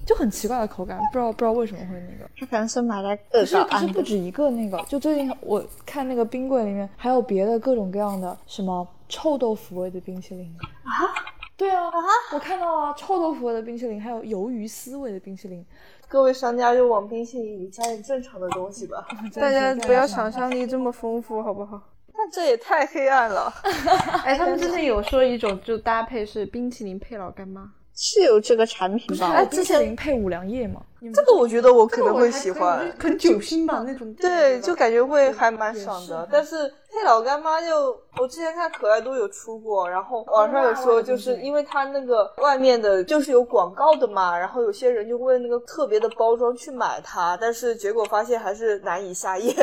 Speaker 1: 就很奇怪的口感，不知道不知道为什么会那个。
Speaker 2: 他反正是买来
Speaker 1: 可
Speaker 2: 恶
Speaker 1: 是可是不止一个那个，就最近我看那个冰柜里面还有别的各种各样的什么臭豆腐味的冰淇淋啊。对啊，我看到了臭豆腐味的冰淇淋，还有鱿鱼丝味的冰淇淋。
Speaker 4: 各位商家就往冰淇淋里加点正常的东西吧，
Speaker 2: 大家不要想
Speaker 1: 想
Speaker 2: 象力这么丰富，好不好？
Speaker 4: 但这也太黑暗了。
Speaker 2: 哎，他们之前有说一种就搭配是冰淇淋配老干妈，
Speaker 3: 是有这个产品
Speaker 1: 不是
Speaker 2: 哎
Speaker 1: 还有冰淇淋配五粮液吗？你们
Speaker 4: 这个我觉得我可能会喜欢，
Speaker 2: 可能酒心吧那种。
Speaker 4: 对，就感觉会还蛮爽的。但是配老干妈就，我之前看可爱多有出过，然后网上有说，就是因为它那个外面的就是有广告的嘛，然后有些人就为那个特别的包装去买它，但是结果发现还是难以下咽，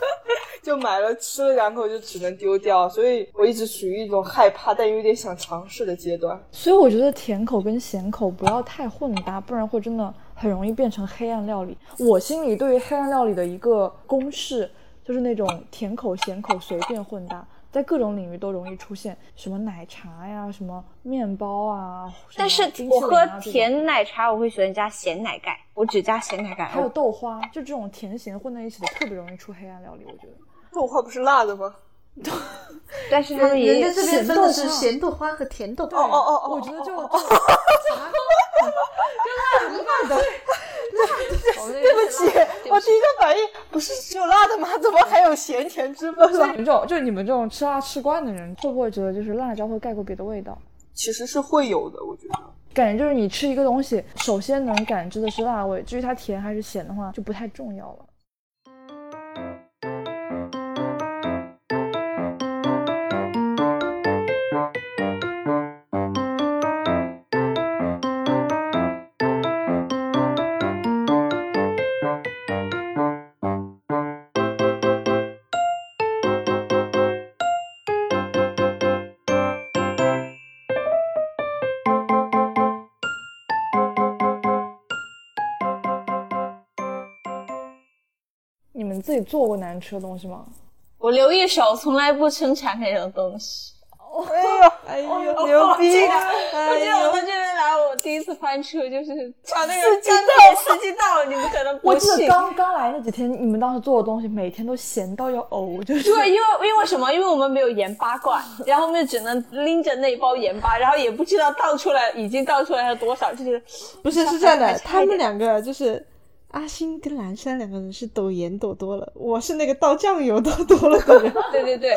Speaker 4: 就买了吃了两口就只能丢掉，所以我一直处于一种害怕但有点想尝试的阶段。
Speaker 1: 所以我觉得甜口跟咸口不要太混搭，不然会真的很容易变成黑暗料理。我心里对于黑暗料理的一个公式就是那种甜口咸口随便混搭，在各种领域都容易出现，什么奶茶呀，什么面包啊，什么
Speaker 3: 但是
Speaker 1: 冰淇淋啊
Speaker 3: 我喝
Speaker 1: 这种
Speaker 3: 甜奶茶，我会喜欢加咸奶盖，我只加咸奶盖。
Speaker 1: 还有豆花，就这种甜咸混在一起的，特别容易出黑暗料理。我觉得
Speaker 4: 豆花不是辣的吗？
Speaker 3: 但是他们也有
Speaker 1: 咸豆花
Speaker 2: 豆花和甜豆
Speaker 4: 哦哦哦哦，
Speaker 1: 我觉得就就
Speaker 4: 对不起，我第一个反应不是只有辣的吗？怎么还有咸甜之分
Speaker 1: 像你？们这种，就你们这种吃辣吃惯的人，会不会觉得就是辣椒会盖过别的味道？
Speaker 4: 其实是会有的，我觉得。
Speaker 1: 感觉就是你吃一个东西，首先能感知的是辣味，至于它甜还是咸的话，就不太重要了。你们自己做过难吃的东西吗？
Speaker 3: 我留一手，从来不生产那种东西。
Speaker 4: 哎
Speaker 1: 哦
Speaker 4: 呦，牛逼！
Speaker 1: 啊
Speaker 2: 啊
Speaker 3: 我
Speaker 4: 哎
Speaker 3: 记得我到这边来，我第一次翻车就是把那
Speaker 4: 个
Speaker 3: 司机到司机到，你们可能
Speaker 1: 我
Speaker 3: 不
Speaker 1: 记得
Speaker 3: 信。
Speaker 1: 刚刚来那几天，你们当时做的东西，每天都咸到要呕，就是
Speaker 3: 对，因为因为什么？因为我们没有盐巴罐，然后我们只能拎着那包盐巴，然后也不知道倒出来已经倒出来了多少，就觉得
Speaker 2: 不是是这样
Speaker 3: 还
Speaker 2: 的，
Speaker 3: 差一
Speaker 2: 他们
Speaker 3: 点
Speaker 2: 两个就是阿星跟蓝山两个人是抖盐抖多了，我是那个倒酱油倒多了的人。
Speaker 3: 对对对，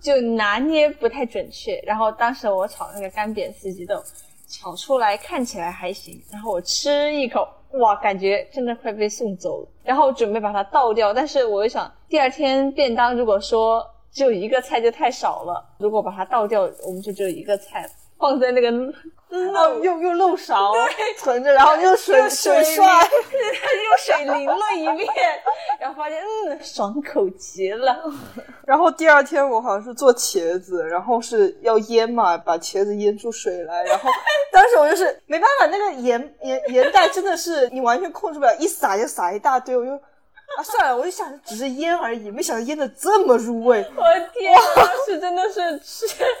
Speaker 3: 就拿捏不太准确。然后当时我炒那个干煸四季豆，炒出来看起来还行，然后我吃一口，哇，感觉真的快被送走了。然后准备把它倒掉，但是我又想，第二天便当如果说 只有一个菜就太少了，如果把它倒掉，我们就只有一个菜了。放在那个
Speaker 4: 然后又又漏勺，存着，然后又水水
Speaker 3: 水
Speaker 4: 刷，
Speaker 3: 用水淋了一遍，然后发现嗯，爽口极了。
Speaker 4: 然后第二天我好像是做茄子，然后是要腌嘛，把茄子腌出水来。然后 当时我就是没办法，那个盐盐盐袋真的是你完全控制不了，一撒就撒一大堆。我就啊算了，我就想只是腌而已，没想到腌的这么入味。
Speaker 3: 我的天啊，当时真的是吃，嗯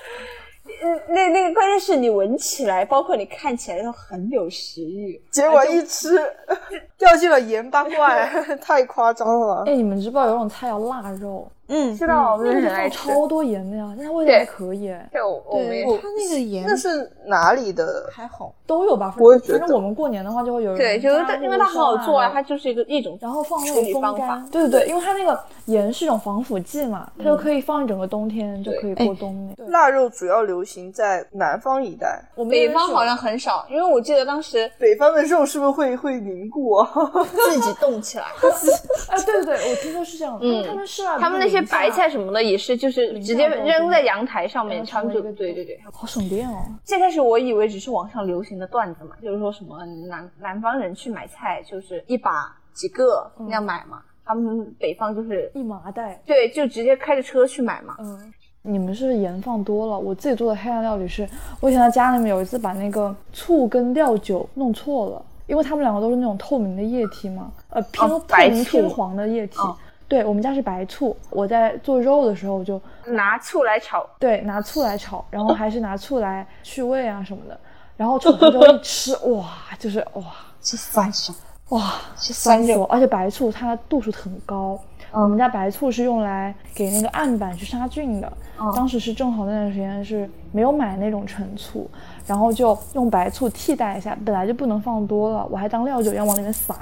Speaker 3: 那那个关键是你闻起来，包括你看起来都很有食欲。
Speaker 4: 结果一吃 掉进了盐巴罐， 太夸张了。
Speaker 1: 哎，你们知不知道有种菜叫腊肉？
Speaker 4: 嗯，
Speaker 3: 知道我
Speaker 1: 哦那个
Speaker 3: 们
Speaker 1: 是
Speaker 3: 很爱
Speaker 1: 放
Speaker 3: 吃，
Speaker 1: 超多盐的呀，但它味道还
Speaker 3: 对
Speaker 1: 可以，
Speaker 3: 对，我我们也
Speaker 2: 对，它那个盐
Speaker 4: 那是哪里的？
Speaker 2: 还好，
Speaker 1: 都有吧。
Speaker 4: 我也觉
Speaker 1: 反
Speaker 4: 得
Speaker 1: 正我们过年的话就会有人
Speaker 3: 对，就是它
Speaker 1: 加入
Speaker 3: 因为它很好做
Speaker 1: 酸
Speaker 3: 啊，
Speaker 1: 辣
Speaker 3: 它
Speaker 1: 肉
Speaker 3: 就是一个一种
Speaker 1: 然后放那
Speaker 3: 处
Speaker 1: 种
Speaker 3: 理
Speaker 1: 风
Speaker 3: 方法嗯
Speaker 1: 干，对对对，因为它那个盐是一种防腐剂嘛，它就可以放一整个冬天，就可以
Speaker 2: 哎
Speaker 1: 过冬那。对
Speaker 4: 腊肉主要流行在南方一带，
Speaker 1: 我们
Speaker 3: 北
Speaker 1: 认识
Speaker 3: 方
Speaker 1: 有
Speaker 3: 好像很少，因为我记得当时
Speaker 4: 北方的肉是不是会会凝固、啊？
Speaker 3: 自己冻起来，
Speaker 1: 哎，对对对，我听说是这样，他们他们是啊，
Speaker 3: 嗯他们那些白菜什么的也是， 就是直接扔在阳台上面，他们就对对对。
Speaker 1: 好省电哦。
Speaker 3: 最开始我以为只是网上流行的段子嘛，就是说什么南南方人去买菜就是一把几个那
Speaker 1: 嗯
Speaker 3: 样买嘛，他们北方就是
Speaker 1: 一麻袋。
Speaker 3: 对，就直接开着车去买嘛。
Speaker 1: 嗯，你们是不是盐放多了？我自己做的黑暗料理是，我以前在家里面有一次把那个醋跟料酒弄错了，因为他们两个都是那种透明的液体嘛，呃，偏
Speaker 3: 哦
Speaker 1: 透
Speaker 3: 白
Speaker 1: 明
Speaker 3: 醋
Speaker 1: 偏黄的液体。
Speaker 3: 哦
Speaker 1: 对我们家是白醋，我在做肉的时候就
Speaker 3: 拿醋 来炒，
Speaker 1: 对拿醋来炒，然
Speaker 3: 哦
Speaker 1: 后还是拿醋来去味啊什么的，然后炒完之后一 吃，哇，就是哇
Speaker 3: 是酸爽，
Speaker 1: 哇，
Speaker 3: 是
Speaker 1: 酸
Speaker 3: 酸
Speaker 1: 熟
Speaker 3: 肉，，嗯
Speaker 1: 而且白醋它度数很高。我们家白醋是用来给那个案板去杀菌的。
Speaker 3: 嗯
Speaker 1: 当时是正好那段时间是没有买那种陈醋，然后就用白醋替代一下，本来就不能放多了，我还当料酒一样往里面撒，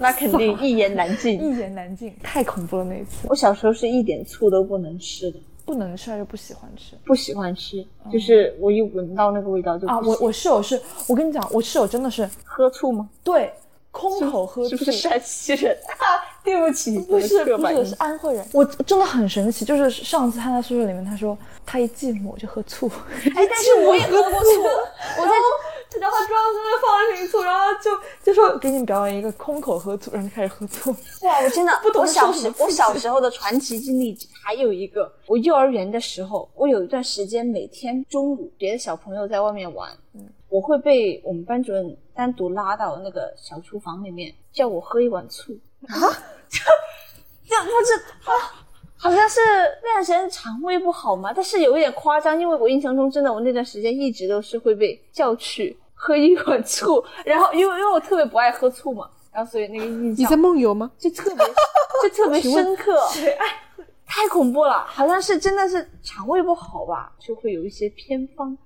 Speaker 3: 那肯定一言难尽。
Speaker 1: 一言难尽，太恐怖了那一次，
Speaker 3: 我小时候是一点醋都不能吃的，
Speaker 1: 不能吃还是不喜欢吃
Speaker 3: 不喜欢吃，就是我一闻到那个味道就
Speaker 1: 哦啊！
Speaker 3: 不喜
Speaker 1: 我我室友是，我跟你讲，我室友真的是
Speaker 3: 喝醋吗？
Speaker 1: 对空口喝醋，
Speaker 3: 是不是山 西人？啊、对不起，
Speaker 1: 不是
Speaker 3: 我的刻
Speaker 1: 不
Speaker 3: 板
Speaker 1: 是
Speaker 3: 印
Speaker 1: 是
Speaker 3: 象
Speaker 1: 安徽人，我真的很神奇，就是上次他在宿舍里面，他说他一寂寞就喝醋，
Speaker 3: 哎，但是我也喝过醋，我在
Speaker 1: 然后装真的放了瓶醋，然后就就说给你表演一个空口喝醋，然后就开始喝醋。
Speaker 3: 哇，啊我真的，
Speaker 1: 不懂
Speaker 3: 我
Speaker 1: 得
Speaker 3: 小
Speaker 1: 受
Speaker 3: 时
Speaker 1: 什么
Speaker 3: 我 小时候的传奇经历还有一个，我幼儿园的时候，我有一段时间每天中午别的小朋友在外面玩，
Speaker 1: 嗯
Speaker 3: 我会被我们班主任单独拉到那个小厨房里面，叫我喝一 碗醋啊， 就就不是啊。好像是那段时间肠胃不好嘛，但是有一点夸张，因为我印象中真的，我那段时间一直都是会被叫去喝一碗醋，然后因为因为我特别不爱喝醋嘛，然后所以那个印
Speaker 2: 你
Speaker 3: 象
Speaker 2: 在梦游吗？
Speaker 3: 就特别就特别深刻， 太恐怖了，好像是真的是肠胃不好吧，就会有一些偏方。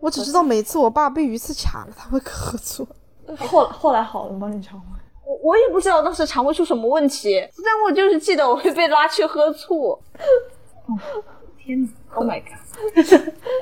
Speaker 2: 我只知道每次我爸被鱼刺卡了，他会咳嗽。
Speaker 1: 后后来好了吗？你知道吗？
Speaker 3: 我我也不知道当时肠胃出什么问题，但我就是记得我会被拉去喝醋。哦天哪！Oh my god！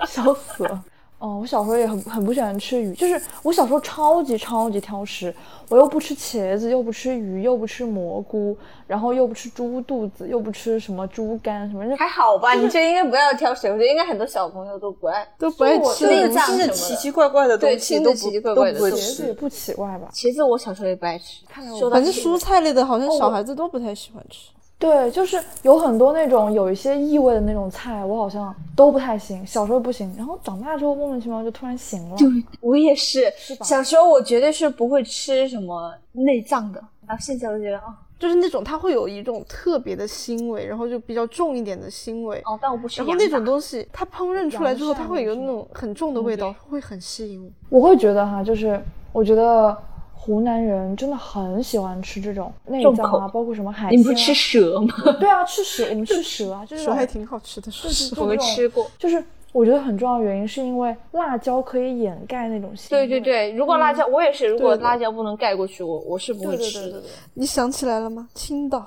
Speaker 1: 笑死了。哦，我小时候也很很不喜欢吃鱼，就是我小时候超级超级挑食，我又不吃茄子，又不吃鱼，又不吃蘑菇，然后又不吃猪肚子，又不吃什么猪肝什么，
Speaker 3: 还好吧，你这应该不要挑食，我觉得应该很多小朋友都不爱。
Speaker 2: 都不爱
Speaker 1: 我
Speaker 2: 吃
Speaker 3: 那
Speaker 2: 东
Speaker 3: 个
Speaker 2: 西
Speaker 3: 酱
Speaker 4: 听着
Speaker 3: 什么的
Speaker 4: 奇奇怪怪的东
Speaker 3: 对
Speaker 4: 西
Speaker 3: 听着
Speaker 4: 都不
Speaker 3: 奇奇怪
Speaker 4: 都
Speaker 3: 怪的
Speaker 4: 不会
Speaker 3: 东
Speaker 1: 茄子也
Speaker 4: 吃。
Speaker 1: 不奇怪吧？
Speaker 3: 茄子我小时候也不爱吃
Speaker 1: 看来，我
Speaker 3: 说到
Speaker 2: 反正
Speaker 3: 这
Speaker 2: 蔬菜类的，好像
Speaker 1: 哦
Speaker 2: 小
Speaker 1: 我
Speaker 2: 孩子都不太喜欢吃。
Speaker 1: 对，就是有很多那种有一些异味的那种菜，我好像都不太行，小时候不行，然后长大之后莫名其妙就突然行了。
Speaker 3: 我也是，
Speaker 1: 吧
Speaker 3: 小时候我绝对是不会吃什么内脏的，然后现在我就觉得哦
Speaker 2: 就是那种它会有一种特别的腥味，然后就比较重一点的腥味，
Speaker 3: 哦，但我不吃
Speaker 2: 然
Speaker 3: 羊
Speaker 2: 后
Speaker 3: 杂。
Speaker 2: 那种东西它烹饪出来之后，
Speaker 1: 羊膻
Speaker 2: 它会有
Speaker 1: 是
Speaker 2: 那
Speaker 1: 吗嗯
Speaker 2: 种很重的味道，会很吸引我。
Speaker 1: 我会觉得哈，就是我觉得湖南人真的很喜欢吃这种内脏
Speaker 3: 重口
Speaker 1: 啊，包括什么海
Speaker 3: 你
Speaker 1: 鲜、啊。
Speaker 3: 不是吃蛇吗？
Speaker 1: 对啊，吃蛇，我们吃蛇 啊，就是
Speaker 2: 蛇还挺好吃的，说
Speaker 1: 就是
Speaker 2: 实
Speaker 1: 这
Speaker 2: 话。
Speaker 3: 我没
Speaker 1: 种
Speaker 3: 吃过。
Speaker 1: 就是我觉得很重要的原因是因为辣椒可以掩盖那种腥
Speaker 3: 对
Speaker 1: 味。
Speaker 3: 对对，如果辣椒，我也是，如果
Speaker 2: 嗯对的
Speaker 3: 辣椒不能盖过去，我我是不
Speaker 1: 对
Speaker 3: 会
Speaker 1: 对
Speaker 3: 吃
Speaker 1: 对对
Speaker 3: 的。
Speaker 1: 对。
Speaker 2: 你想起来了吗？青岛，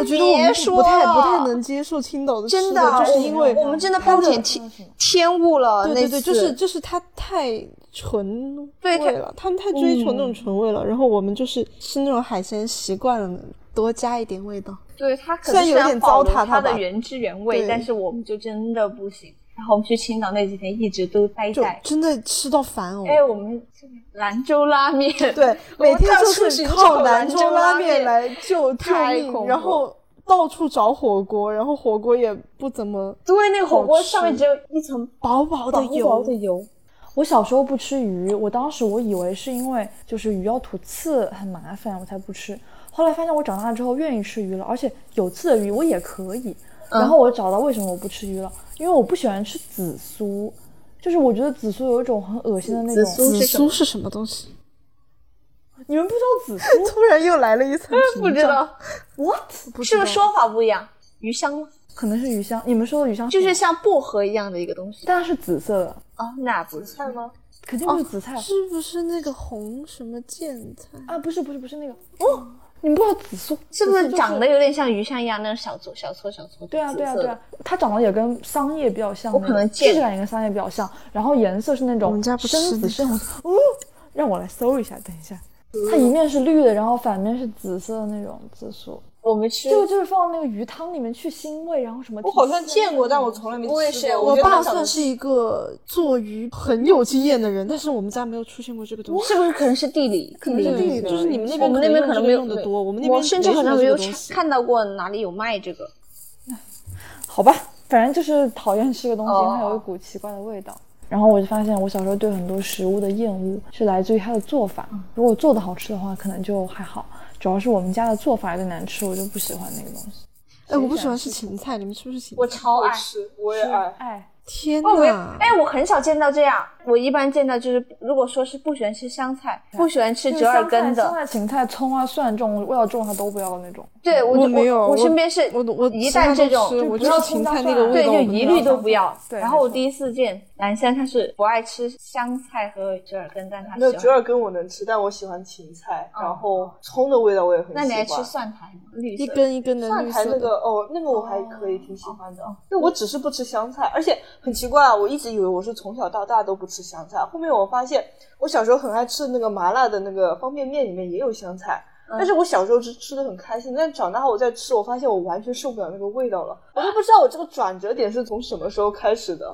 Speaker 2: 我觉得我们
Speaker 3: 别
Speaker 2: 不
Speaker 3: 啊说
Speaker 2: 不太不
Speaker 3: 了
Speaker 2: 太能接受青岛的吃
Speaker 3: 真啊
Speaker 2: 的，就是因为
Speaker 3: 我们真的
Speaker 2: 它
Speaker 3: 暴
Speaker 2: 的
Speaker 3: 殄天天物了。
Speaker 2: 对
Speaker 3: 那
Speaker 2: 对对，
Speaker 3: 次
Speaker 2: 就是就是它太纯
Speaker 3: 对
Speaker 2: 味
Speaker 3: 它嗯
Speaker 2: 了，他们太追求那种纯味了，然后我们就是吃那种海鲜习惯了，多加一点味道。
Speaker 3: 对它
Speaker 2: 虽
Speaker 3: 可能
Speaker 2: 然
Speaker 3: 是
Speaker 2: 有
Speaker 3: 要
Speaker 2: 点糟蹋
Speaker 3: 保留它
Speaker 2: 它吧
Speaker 3: 的原汁原味，
Speaker 2: 对
Speaker 3: 但是我们就真的不行。然后我们去青岛那几天一直都待
Speaker 2: 就
Speaker 3: 在，
Speaker 2: 真的吃到烦哦。
Speaker 3: 哎，我们这个兰州拉面，
Speaker 2: 对，
Speaker 3: 我们
Speaker 2: 每天
Speaker 3: 到
Speaker 2: 就
Speaker 3: 处
Speaker 2: 是
Speaker 3: 寻
Speaker 2: 靠
Speaker 3: 找
Speaker 2: 兰
Speaker 3: 兰
Speaker 2: 州
Speaker 3: 州
Speaker 2: 拉
Speaker 3: 拉
Speaker 2: 面
Speaker 3: 面
Speaker 2: 来救救
Speaker 3: 太恐
Speaker 2: 命，
Speaker 3: 怖
Speaker 2: 然后到处找火锅，然后火锅也不怎么
Speaker 3: 对，那个火锅上面
Speaker 2: 好吃
Speaker 3: 只有一层
Speaker 2: 薄薄的油，
Speaker 3: 薄薄的油，
Speaker 1: 我小时候不吃鱼，我当时我以为是因为就是鱼要吐刺很麻烦，我才不吃。后来发现我长大之后愿意吃鱼了，而且有刺的鱼我也可以。
Speaker 3: 嗯
Speaker 1: 然后我找到为什么我不吃鱼了，因为我不喜欢吃紫苏，就是我觉得紫苏有一种很恶心的那种。
Speaker 3: 紫苏
Speaker 2: 紫
Speaker 3: 是什
Speaker 2: 苏
Speaker 3: 么？
Speaker 2: 是什么东西？
Speaker 1: 你们不知道紫苏？
Speaker 2: 突然又来了一层
Speaker 3: 不
Speaker 2: 屏
Speaker 3: 知
Speaker 2: 障，
Speaker 3: 道，
Speaker 2: what？不
Speaker 3: 是
Speaker 2: 知
Speaker 3: 不
Speaker 2: 道
Speaker 3: 是说法不一样？鱼香吗？
Speaker 1: 可能是鱼香，你们说的鱼香
Speaker 3: 就是
Speaker 1: 吗，
Speaker 3: 像薄荷一样的一个东西。
Speaker 1: 但它是紫色的，
Speaker 3: 哦，那不是
Speaker 4: 菜吗？
Speaker 1: 肯定不
Speaker 3: 哦
Speaker 1: 是紫菜、
Speaker 2: 是不是那个红什么苋菜？
Speaker 1: 啊！不是不是不是那个哦，你们不知道紫苏
Speaker 3: 是不
Speaker 1: 紫
Speaker 3: 是
Speaker 1: 苏就
Speaker 3: 长得有点像鱼香一样那种小撮小撮小撮？
Speaker 1: 对啊，对啊，
Speaker 3: 紫色
Speaker 1: 对
Speaker 3: 的
Speaker 1: 啊，，它长得也跟桑叶比较像那
Speaker 3: 我
Speaker 1: 种，
Speaker 3: 可能见
Speaker 1: 质感也跟桑叶比较像，然后颜色是那种
Speaker 2: 我们家不吃
Speaker 1: 深
Speaker 2: 那个
Speaker 1: 紫深红色。哦，让我来搜一下，等一下，
Speaker 4: 嗯
Speaker 1: 它一面是绿的，然后反面是紫色的那种紫苏，
Speaker 3: 我们吃
Speaker 1: 这个就是放那个鱼汤里面去腥味，然后什么提鲜的那种。
Speaker 4: 我好像见过，但我从来没吃过。
Speaker 3: 我也是
Speaker 4: 我
Speaker 2: 我
Speaker 4: 觉得
Speaker 2: 爸
Speaker 4: 它长
Speaker 2: 算
Speaker 4: 得
Speaker 2: 是一个做鱼很有经验的人，但是我们家没有出现过这个东西。
Speaker 3: 是不是可能是地理？可能
Speaker 2: 对
Speaker 3: 是
Speaker 2: 对
Speaker 3: 地
Speaker 2: 对
Speaker 3: 理的
Speaker 2: 就是你们那边
Speaker 3: 我们那边可能没有
Speaker 2: 用的
Speaker 3: 对
Speaker 2: 多，我们那边
Speaker 3: 我甚至
Speaker 2: 没
Speaker 3: 好
Speaker 2: 什么
Speaker 3: 像
Speaker 2: 这
Speaker 3: 没
Speaker 2: 个
Speaker 3: 有
Speaker 2: 东
Speaker 3: 看
Speaker 2: 西
Speaker 3: 看到过哪里有卖这个。
Speaker 1: 好吧，反正就是讨厌吃个东西，因为
Speaker 3: 哦
Speaker 1: 它有一股奇怪的味道。然后我就发现，我小时候对很多食物的厌恶是来自于它的做法。
Speaker 4: 嗯
Speaker 1: 如果做的好吃的话，可能就还好；主要是我们家的做法有点难吃，我就不喜欢那个东西。
Speaker 2: 哎，我不喜欢吃芹菜，你们吃不吃芹
Speaker 3: 我
Speaker 2: 菜？
Speaker 3: 超
Speaker 4: 我
Speaker 3: 爱，
Speaker 4: 吃，我也爱。
Speaker 1: 哎，
Speaker 2: 天
Speaker 3: 哦，我也
Speaker 2: 哪！
Speaker 3: 哎，我很少见到这样。我一般见到就是，如果说是不喜欢吃香菜，不喜欢吃
Speaker 1: 就是
Speaker 3: 折耳
Speaker 1: 香菜
Speaker 3: 根
Speaker 1: 香
Speaker 3: 的，
Speaker 1: 菜、芹菜、葱啊、蒜这种味道重的它都不要那种。
Speaker 3: 对我
Speaker 2: 我
Speaker 3: 就
Speaker 2: 没有
Speaker 3: 我
Speaker 2: 我
Speaker 3: 我身边是
Speaker 2: 我我
Speaker 3: 一
Speaker 2: 其他
Speaker 3: 旦
Speaker 2: 都
Speaker 3: 这
Speaker 2: 吃
Speaker 3: 种
Speaker 2: 我
Speaker 1: 不
Speaker 2: 就
Speaker 1: 要
Speaker 2: 是芹
Speaker 1: 葱
Speaker 2: 菜
Speaker 1: 姜
Speaker 2: 那
Speaker 1: 蒜
Speaker 2: 个味
Speaker 3: 对，
Speaker 2: 道，
Speaker 3: 就
Speaker 2: 我不
Speaker 3: 一
Speaker 2: 知道
Speaker 3: 律都不要。
Speaker 1: 对
Speaker 3: 然后我
Speaker 1: 没错
Speaker 3: 第一次见南湘，他是不爱吃香菜和折耳根，但他
Speaker 4: 没有
Speaker 3: 喜
Speaker 4: 折
Speaker 3: 欢。
Speaker 4: 耳根我能吃，但我喜欢芹菜，
Speaker 3: 哦
Speaker 4: 然后葱的味道我也很喜
Speaker 3: 那
Speaker 4: 欢。
Speaker 3: 你爱吃蒜苔吗？绿色
Speaker 2: 一
Speaker 3: 的
Speaker 2: 根一根的
Speaker 4: 蒜
Speaker 2: 绿
Speaker 4: 苔
Speaker 2: 色
Speaker 4: 那
Speaker 2: 的。
Speaker 4: 个哦，那个我还可以，挺喜欢的。但我只是不吃香菜，而且很奇怪啊，我一直以为我是从小到大都不吃香菜，后面我发现我小时候很爱吃的那个麻辣的那个方便面里面也有香菜。但是我小时候是吃的很开心，但长大后我再吃，我发现我完全受不了那个味道了。我都不知道我这个转折点是从什么时候开始的。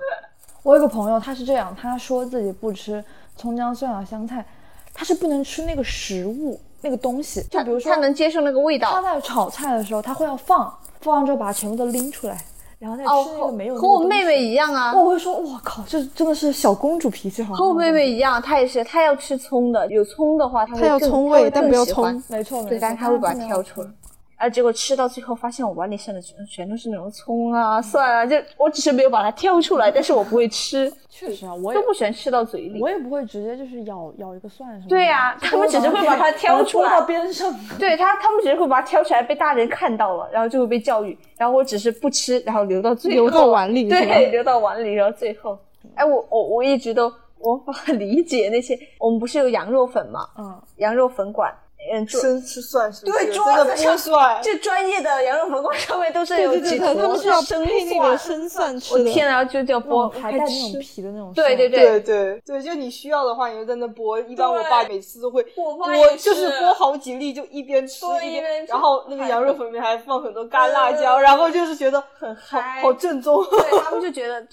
Speaker 1: 我有个朋友，他是这样，他说自己不吃葱姜蒜啊、香菜，他是不能吃那个食物那个东西。就比如说，
Speaker 3: 他能接受那个味
Speaker 1: 他
Speaker 3: 道。
Speaker 1: 在炒菜的时候，他会要放，放完之后把它全部都拎出来，然后再
Speaker 3: 哦，
Speaker 1: 吃那
Speaker 3: 和
Speaker 1: 个没有那个
Speaker 3: 和我
Speaker 1: 东
Speaker 3: 妹
Speaker 1: 西
Speaker 3: 妹一样啊，
Speaker 1: 我会说，我靠，这真的是小公主脾气好。
Speaker 3: 和我妹，妹一样，她也是，她要吃葱的，有葱的话，她会
Speaker 2: 它要
Speaker 3: 更
Speaker 2: 葱
Speaker 3: 她会
Speaker 2: 味，但
Speaker 3: 更
Speaker 2: 不要
Speaker 3: 喜欢
Speaker 2: 葱。
Speaker 1: 没错没错，
Speaker 3: 对，但是她会把它挑出
Speaker 1: 来。
Speaker 3: 来。啊，结果吃到最后，发现我碗里剩的全全都是那种葱啊、蒜啊，就我只是没有把它挑出来，但是我不会吃，
Speaker 1: 确实啊，我也
Speaker 3: 都不喜欢吃到嘴里
Speaker 1: 我。也不会直接就是咬咬一个蒜什么的。
Speaker 3: 对呀
Speaker 1: 就
Speaker 3: 他们只是会把它挑出来
Speaker 1: 拨到边上。
Speaker 3: 对他，他们只是会把它挑出来，被大人看到了，然后就会被教育。然后我只是不吃，然后留到最后，
Speaker 2: 留到碗里是吧
Speaker 3: 对，留到碗里，然后最后。哎，我我我一直都无法 理解那些，我们不是有羊肉粉吗？
Speaker 1: 嗯，
Speaker 3: 羊肉粉馆，嗯，桌
Speaker 4: 生吃蒜是不是？
Speaker 3: 对
Speaker 4: 真的剥蒜，
Speaker 3: 就专业的羊肉粉馆上面都是
Speaker 2: 对
Speaker 3: 有
Speaker 2: 对对，
Speaker 3: 几
Speaker 2: 它
Speaker 3: 坨
Speaker 2: 他们是要
Speaker 3: 生
Speaker 2: 配那个
Speaker 3: 蒜。
Speaker 2: 生蒜吃
Speaker 3: 我
Speaker 2: 的。
Speaker 3: 天啊，就叫
Speaker 1: 那种
Speaker 3: 剥
Speaker 1: 还
Speaker 3: 开
Speaker 1: 带那种
Speaker 3: 吃。
Speaker 1: 皮的那种蒜。啊
Speaker 3: 对对
Speaker 4: 对
Speaker 3: 对，
Speaker 4: 对对，就你需要的话，你就在那剥。一般我爸每次都会
Speaker 3: 我爸
Speaker 4: 剥，
Speaker 3: 也
Speaker 4: 就是
Speaker 3: 是
Speaker 4: 剥好几粒，就一边吃
Speaker 3: 对一边吃
Speaker 4: 然后那个羊肉粉里面还放很多干辣椒，然后就是觉得很
Speaker 3: 呃嗨
Speaker 4: 好正 宗。
Speaker 3: 对他们就觉得，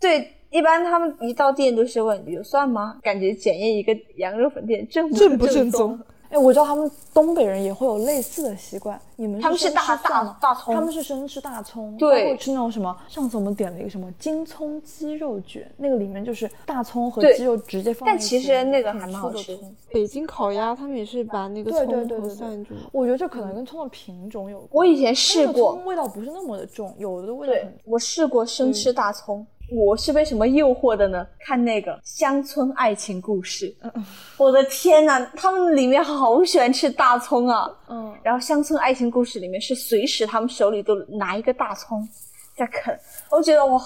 Speaker 3: 对，一般他们一到店都是问有蒜吗？感觉检验一个羊肉粉店正不
Speaker 2: 正不
Speaker 3: 正
Speaker 2: 正宗？
Speaker 1: 哎，我知道他们东北人也会有类似的习惯，你们
Speaker 3: 他们是
Speaker 1: 生
Speaker 3: 大
Speaker 1: 吃蒜
Speaker 3: 大
Speaker 1: 吗
Speaker 3: 大葱，
Speaker 1: 他们是生吃大葱，
Speaker 3: 对
Speaker 1: 包括吃那种什么。上次我们点了一个什么京葱鸡肉卷，那个里面就是大葱和
Speaker 3: 对
Speaker 1: 鸡肉直接放在
Speaker 3: 但
Speaker 1: 一起
Speaker 3: 其
Speaker 1: 的种粗的葱。
Speaker 3: 实那个还蛮好吃。
Speaker 2: 北京烤鸭，他们也是把那个
Speaker 1: 对对
Speaker 2: 葱
Speaker 1: 对
Speaker 2: 和
Speaker 1: 对对
Speaker 2: 蒜就嗯
Speaker 1: 我觉得这可能跟葱的品种有关。
Speaker 3: 我以前
Speaker 1: 它那
Speaker 3: 试
Speaker 1: 个
Speaker 3: 过
Speaker 1: 葱，味道不是那么的重，有的味道
Speaker 3: 对
Speaker 2: 嗯
Speaker 1: 很重。
Speaker 3: 我试过生吃大葱。我是被什么诱惑的呢？看那个《乡村爱情故事》，
Speaker 2: 嗯
Speaker 3: 我的天呐，他们里面好喜欢吃大葱啊！
Speaker 1: 嗯，
Speaker 3: 然后《乡村爱情故事》里面是随时他们手里都拿一个大葱在啃，我觉得哇，